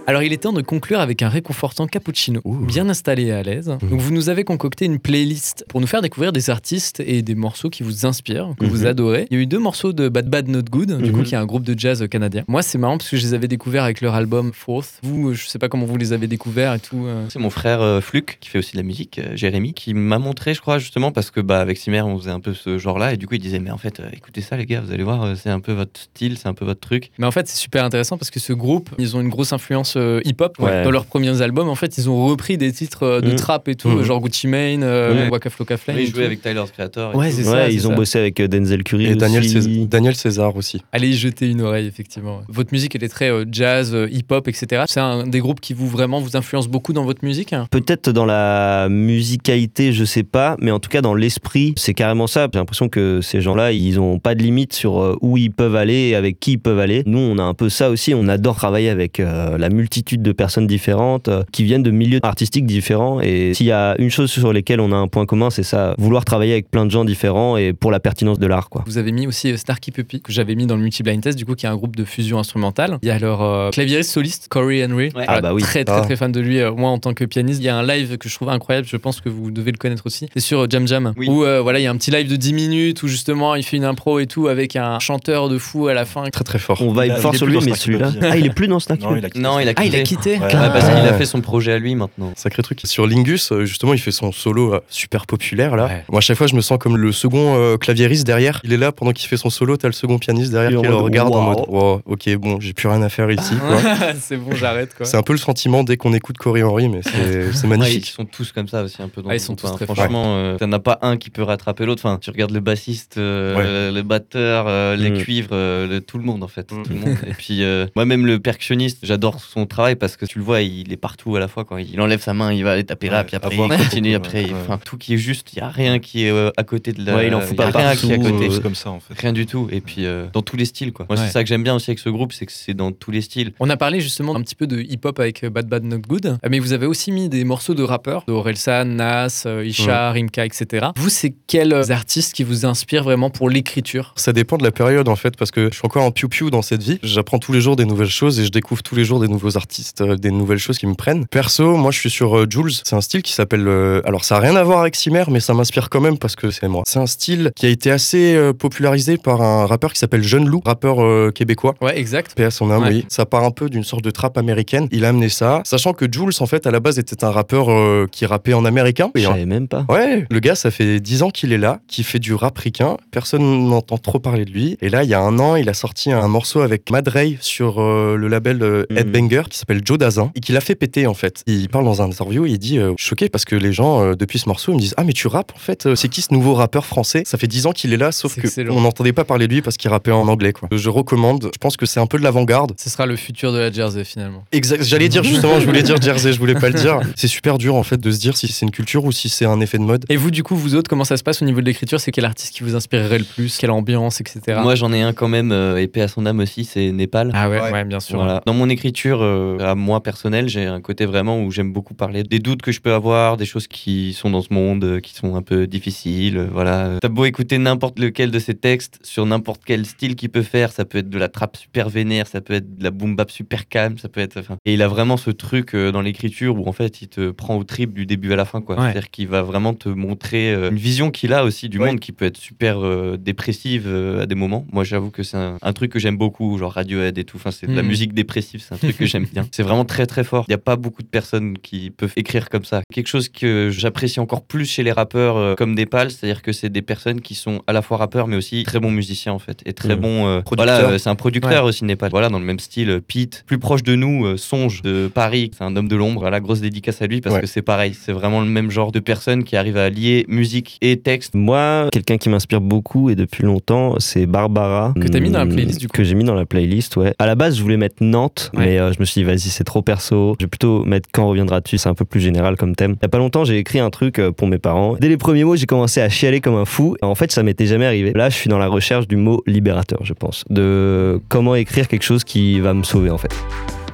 [SPEAKER 4] Alors, il est temps de conclure avec un réconfortant cappuccino, bien installé et à l'aise.
[SPEAKER 5] Mmh.
[SPEAKER 4] Donc, vous nous avez concocté une playlist pour nous faire découvrir des artistes et des morceaux qui vous inspirent, que vous
[SPEAKER 5] Mhm.
[SPEAKER 4] adorez. Il y a eu deux morceaux de Bad Bad Not Good, du coup,
[SPEAKER 5] Mhm.
[SPEAKER 4] qui est un groupe de jazz canadien. Moi, c'est marrant parce que je les avais découverts avec leur album Fourth. Vous, euh, je sais pas comment vous les avez découverts et tout. euh.
[SPEAKER 8] C'est mon frère euh, Fluc, qui fait aussi de la musique, euh, Jérémy, qui m'a montré, je crois, justement, parce que bah, avec Simer, on faisait un peu ce genre-là, et du coup, il disait, mais en fait, euh, écoutez ça, les gars, vous allez voir, euh, c'est un peu votre style, c'est un peu votre truc.
[SPEAKER 4] Mais en fait, c'est super intéressant parce que ce groupe, ils ont une grosse influence influence euh, hip-hop. ouais.
[SPEAKER 5] Ouais.
[SPEAKER 4] Dans leurs premiers albums, en fait, ils ont repris des titres euh, de
[SPEAKER 5] Mhm.
[SPEAKER 4] trap et tout,
[SPEAKER 5] Mhm.
[SPEAKER 4] genre Gucci Mane, euh,
[SPEAKER 5] Ouais.
[SPEAKER 4] Waka Flocka Flame.
[SPEAKER 8] Oui,
[SPEAKER 4] et
[SPEAKER 8] jouer
[SPEAKER 4] tout.
[SPEAKER 8] avec Tyler's Creator. et
[SPEAKER 4] Ouais,
[SPEAKER 8] tout.
[SPEAKER 4] c'est
[SPEAKER 5] Ouais,
[SPEAKER 4] ça.
[SPEAKER 5] ils
[SPEAKER 4] c'est
[SPEAKER 5] ont
[SPEAKER 4] ça.
[SPEAKER 5] bossé avec euh, Denzel Curry.
[SPEAKER 3] Et Daniel
[SPEAKER 5] aussi.
[SPEAKER 3] César, Daniel César aussi.
[SPEAKER 4] Allez y jeter une oreille, effectivement. Votre musique, elle est très euh, jazz, euh, hip-hop, etc. C'est un des groupes qui vous vraiment vous influence beaucoup dans votre musique. hein
[SPEAKER 5] Peut-être dans la musicalité, je sais pas, mais en tout cas dans l'esprit, c'est carrément ça. J'ai l'impression que ces gens-là, ils ont pas de limite sur euh, où ils peuvent aller et avec qui ils peuvent aller. Nous, on a un peu ça aussi. On adore travailler avec euh, la multitude de personnes différentes euh, qui viennent de milieux artistiques différents. Et s'il y a une chose sur lesquelles on a un point commun, c'est ça vouloir travailler avec plein de gens différents et pour la pertinence de l'art, quoi.
[SPEAKER 4] Vous avez mis aussi euh, Snarky Puppy, que j'avais mis dans le Multi-Blind Test, du coup, qui est un groupe de fusion instrumentale. Il y a leur euh, claviériste soliste, Corey Henry.
[SPEAKER 8] Ouais.
[SPEAKER 5] Ah bah oui.
[SPEAKER 4] Très, très,
[SPEAKER 3] Ah.
[SPEAKER 4] très fan de lui, euh, moi, en tant que pianiste. Il y a un live que je trouve incroyable, je pense que vous devez le connaître aussi. C'est sur euh, Jam Jam,
[SPEAKER 8] Oui.
[SPEAKER 4] où euh, voilà, il y a un petit live de 10 minutes où justement il fait une impro et tout avec un chanteur de fou à la fin.
[SPEAKER 3] Très très fort.
[SPEAKER 5] On va
[SPEAKER 9] Il a-
[SPEAKER 5] être fort
[SPEAKER 9] il est
[SPEAKER 5] sur
[SPEAKER 9] plus
[SPEAKER 5] lui,
[SPEAKER 9] dans
[SPEAKER 5] mais
[SPEAKER 9] Snarky
[SPEAKER 5] celui-là.
[SPEAKER 9] Puppy.
[SPEAKER 5] Ah, il est plus dans Snarky
[SPEAKER 9] Non,
[SPEAKER 5] Puppy.
[SPEAKER 9] il a quitté.
[SPEAKER 8] Non, il a
[SPEAKER 4] Ah, il a
[SPEAKER 8] quitté.
[SPEAKER 4] quitté
[SPEAKER 9] Ouais.
[SPEAKER 8] Ah, parce
[SPEAKER 3] Ah.
[SPEAKER 8] qu'il a fait son projet à lui maintenant.
[SPEAKER 3] Sacré truc. Sur Lingus, euh, justement, il fait son solo euh, super populaire là.
[SPEAKER 4] Ouais.
[SPEAKER 3] Moi, à chaque fois, je me sens comme le second euh, claviériste derrière. Il est là pendant qu'il fait son solo, t'as le second pianiste derrière
[SPEAKER 5] Et en
[SPEAKER 3] qui le
[SPEAKER 5] mode,
[SPEAKER 3] regarde en
[SPEAKER 5] waouh.
[SPEAKER 3] mode Wow, Ok, bon, j'ai plus rien à faire ici. quoi.
[SPEAKER 4] C'est bon, j'arrête quoi.
[SPEAKER 3] C'est un peu le sentiment dès qu'on écoute Corey Henry, mais c'est c'est
[SPEAKER 8] Ouais, ils
[SPEAKER 3] magnifique.
[SPEAKER 8] sont tous comme ça aussi un peu dans
[SPEAKER 4] Ah,
[SPEAKER 8] le
[SPEAKER 4] ils sont
[SPEAKER 8] groupe,
[SPEAKER 4] tous très forts.
[SPEAKER 8] franchement euh, t'en as pas un qui peut rattraper l'autre enfin tu regardes le bassiste euh, le batteur euh, les
[SPEAKER 5] Mm.
[SPEAKER 8] cuivres euh, le- tout le monde en fait tout le monde et puis euh, moi même le percussionniste j'adore son travail parce que tu le vois il est partout à la fois quand il enlève sa main il va aller taper là
[SPEAKER 9] Ouais,
[SPEAKER 8] puis après
[SPEAKER 9] avoir
[SPEAKER 8] il
[SPEAKER 9] un peu
[SPEAKER 8] continue
[SPEAKER 9] beaucoup,
[SPEAKER 8] après
[SPEAKER 9] ouais.
[SPEAKER 8] il- enfin, tout qui est juste il y a rien qui est euh, à côté de la
[SPEAKER 5] Ouais, il en fout
[SPEAKER 8] y a
[SPEAKER 5] pas
[SPEAKER 8] rien qui est à
[SPEAKER 5] partout,
[SPEAKER 8] côté
[SPEAKER 5] euh,
[SPEAKER 9] C'est comme ça en fait.
[SPEAKER 8] Rien du tout, et puis euh, dans tous les styles quoi. Moi,
[SPEAKER 4] Ouais.
[SPEAKER 8] c'est ça que j'aime bien aussi avec ce groupe, c'est que c'est dans tous les styles.
[SPEAKER 4] On a parlé justement un petit peu de hip-hop avec euh, Bad Bad Not Good, euh, mais vous avez aussi mis des morceaux de rappeurs, de Orelsan, Nas, euh, Isha, Rimka, etc. Vous, c'est quels euh, artistes qui vous inspirent vraiment pour l'écriture
[SPEAKER 3] Ça dépend de la période en fait, parce que je suis encore en piou-piou dans cette vie. J'apprends tous les jours des nouvelles choses et je découvre tous les jours des nouveaux artistes, euh, des nouvelles choses qui me prennent. Perso, moi je suis sur euh, Jules. C'est un style qui s'appelle. euh, alors ça a rien à voir avec Cimer, mais ça m'inspire quand même parce que c'est moi. C'est un style qui a été assez euh, popularisé par un rappeur qui s'appelle Jeune Loup, rappeur euh, québécois.
[SPEAKER 4] Ouais, exact.
[SPEAKER 3] Paix à son âme,
[SPEAKER 4] Ouais.
[SPEAKER 3] oui. Ça part un peu d'une sorte de trappe américaine. Il a amené ça, sachant que Jules, en fait, à la base, était un rappeur euh, qui rappait en américain.
[SPEAKER 5] Je
[SPEAKER 3] Et en-
[SPEAKER 5] savais même pas.
[SPEAKER 3] Ouais, le gars, ça fait 10 ans qu'il est là, qui fait du rap ricain. Personne n'entend trop parler de lui. Et là, il y a un an, il a sorti un morceau avec Madrey sur euh, le label euh,
[SPEAKER 5] Mhm.
[SPEAKER 3] Headbanger qui s'appelle Joe Dazin et qui l'a fait péter en fait. Il parle dans un interview et il dit euh, Je suis choqué parce que les gens, euh, depuis ce morceau, ils me disent Ah, mais tu rappes en fait euh, C'est qui ce nouveau rappeur français Ça fait 10 ans qu'il est là, sauf
[SPEAKER 4] C'est
[SPEAKER 3] que
[SPEAKER 4] excellent.
[SPEAKER 3] on n'entendait pas parler de lui parce qu'il rappait en anglais quoi. Je recommande, je pense que c'est un peu de l'avant-garde.
[SPEAKER 4] Ce sera le futur de la Jersey finalement.
[SPEAKER 3] Exact. J'allais dire justement, je voulais dire Jersey, je voulais pas le dire. C'est super dur en fait de se dire si c'est une culture ou si c'est un effet de mode.
[SPEAKER 4] Et vous, du coup, vous autres, comment ça se passe au niveau de l'écriture C'est quel artiste qui vous inspirerait le plus Quelle ambiance, etc.
[SPEAKER 8] Moi j'en ai un quand même, euh, épée à son âme aussi, c'est Népal.
[SPEAKER 4] ah ouais, ouais, bien sûr.
[SPEAKER 8] Voilà. Dans mon écriture, euh, à moi personnel, j'ai un côté vraiment où j'aime beaucoup parler des doutes que je peux avoir, des choses qui sont dans ce monde, euh, qui sont un peu difficiles. euh, Voilà. T'as beau écouter n'importe lequel de ces textes sur n'importe quel style qu'il peut faire, ça peut être de la trappe super vénère, ça peut être de la boom bap super calme, ça peut être. enfin, Et il a vraiment ce truc euh, dans l'écriture où en fait il te prend au trip du début à la fin, quoi.
[SPEAKER 4] Ouais.
[SPEAKER 8] C'est-à-dire qu'il va vraiment te montrer euh, une vision qu'il a aussi du
[SPEAKER 3] Ouais.
[SPEAKER 8] monde qui peut être super euh, dépressive euh, à des moments. Moi j'avoue que c'est un, un truc que j'aime beaucoup, genre Radiohead et tout. Enfin, c'est de la
[SPEAKER 4] Hmm.
[SPEAKER 8] musique musique dépressive, c'est un truc que j'aime bien. C'est vraiment très très fort. Il n'y a pas beaucoup de personnes qui peuvent écrire comme ça. Quelque chose que j'apprécie encore plus chez les rappeurs euh, comme Népal, c'est-à-dire que c'est des personnes qui sont à la fois rappeurs mais aussi très bons musiciens en fait et très
[SPEAKER 5] Mhm.
[SPEAKER 8] bons euh,
[SPEAKER 3] Producteurs.
[SPEAKER 8] Voilà, euh, c'est un producteur aussi Népal. Voilà, dans le même style, euh, Pete, plus proche de nous, euh, Songe de Paris, c'est un homme de l'ombre. Voilà, grosse dédicace à lui parce
[SPEAKER 3] Ouais.
[SPEAKER 8] que c'est pareil, c'est vraiment le même genre de personnes qui arrivent à lier musique et texte.
[SPEAKER 5] Moi, quelqu'un qui m'inspire beaucoup et depuis longtemps, c'est Barbara.
[SPEAKER 4] Que t'as mis dans la
[SPEAKER 5] Hmm,
[SPEAKER 4] playlist, du coup.
[SPEAKER 5] Que j'ai mis dans la playlist, ouais. À la base, je voulais mettre Nantes,
[SPEAKER 4] Ouais.
[SPEAKER 5] mais euh, je me suis dit, vas-y, c'est trop perso. Je vais plutôt mettre Quand reviendras-tu C'est un peu plus général comme thème. Il y a pas longtemps, j'ai écrit un truc euh, pour mes parents. Dès les premiers mots, j'ai commencé à chialer comme un fou. En fait, ça m'était jamais arrivé. Là, je suis dans la recherche du mot libérateur, je pense. De comment écrire quelque chose qui va me sauver, en fait.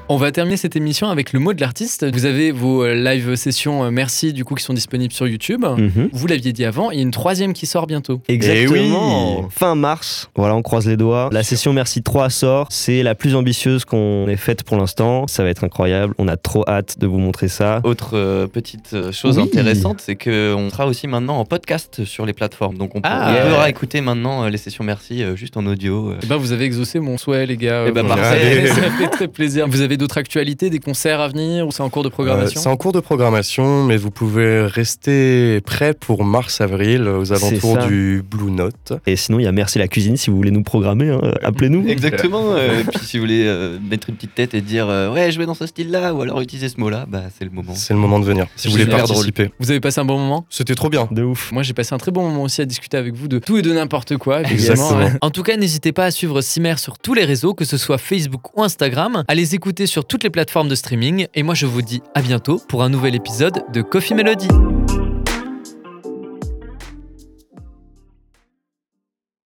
[SPEAKER 4] On va terminer cette émission avec le mot de l'artiste. Vous avez vos euh, live sessions euh, merci, du coup, qui sont disponibles sur YouTube.
[SPEAKER 5] Mhm.
[SPEAKER 4] Vous l'aviez dit avant, il y a une troisième qui sort bientôt.
[SPEAKER 5] Exactement. fin mars, voilà, on croise les doigts. La session Merci 3 sort. C'est la plus ambitieuse qu'on ait faite pour l'instant. Ça va être incroyable. On a trop hâte de vous montrer ça.
[SPEAKER 8] Autre euh, petite euh, chose
[SPEAKER 5] Oui.
[SPEAKER 8] intéressante, c'est qu'on sera aussi maintenant en podcast sur les plateformes. Donc on, peut-
[SPEAKER 4] Ah.
[SPEAKER 8] on
[SPEAKER 4] Yeah.
[SPEAKER 8] pourra écouter maintenant euh, les sessions Merci euh, juste en audio. euh.
[SPEAKER 4] Eh ben, vous avez exaucé mon souhait, les gars.
[SPEAKER 8] Eh ben,
[SPEAKER 4] Voilà.
[SPEAKER 8] parfait.
[SPEAKER 4] Ça fait très plaisir. Vous avez d'autres actualités, des concerts à venir ou c'est en cours de
[SPEAKER 3] Euh,
[SPEAKER 4] programmation
[SPEAKER 3] C'est en cours de programmation, mais vous pouvez rester prêt pour mars-avril euh, aux
[SPEAKER 5] C'est
[SPEAKER 3] alentours
[SPEAKER 5] ça.
[SPEAKER 3] du Blue Note.
[SPEAKER 5] Et sinon, il y a Merci la cuisine si vous voulez nous programmer. hein, Appelez-nous.
[SPEAKER 8] Exactement. euh, et puis si vous voulez euh, mettre une petite tête et dire euh, ouais, je vais dans ce style-là, ou alors utiliser ce mot-là, bah c'est le moment.
[SPEAKER 3] C'est le moment de venir si vous voulez
[SPEAKER 4] Génial.
[SPEAKER 3] participer.
[SPEAKER 4] Vous avez passé un bon moment
[SPEAKER 3] C'était trop bien.
[SPEAKER 5] De ouf.
[SPEAKER 4] Moi, j'ai passé un très bon moment aussi à discuter avec vous de tout et de n'importe quoi. évidemment.
[SPEAKER 3] Exactement.
[SPEAKER 2] En tout cas, n'hésitez pas à suivre Cimer sur tous les réseaux, que ce soit Facebook ou Instagram, à les écouter sur toutes les plateformes de streaming. Et moi, je vous dis à bientôt pour un nouvel épisode de Coffee Melody.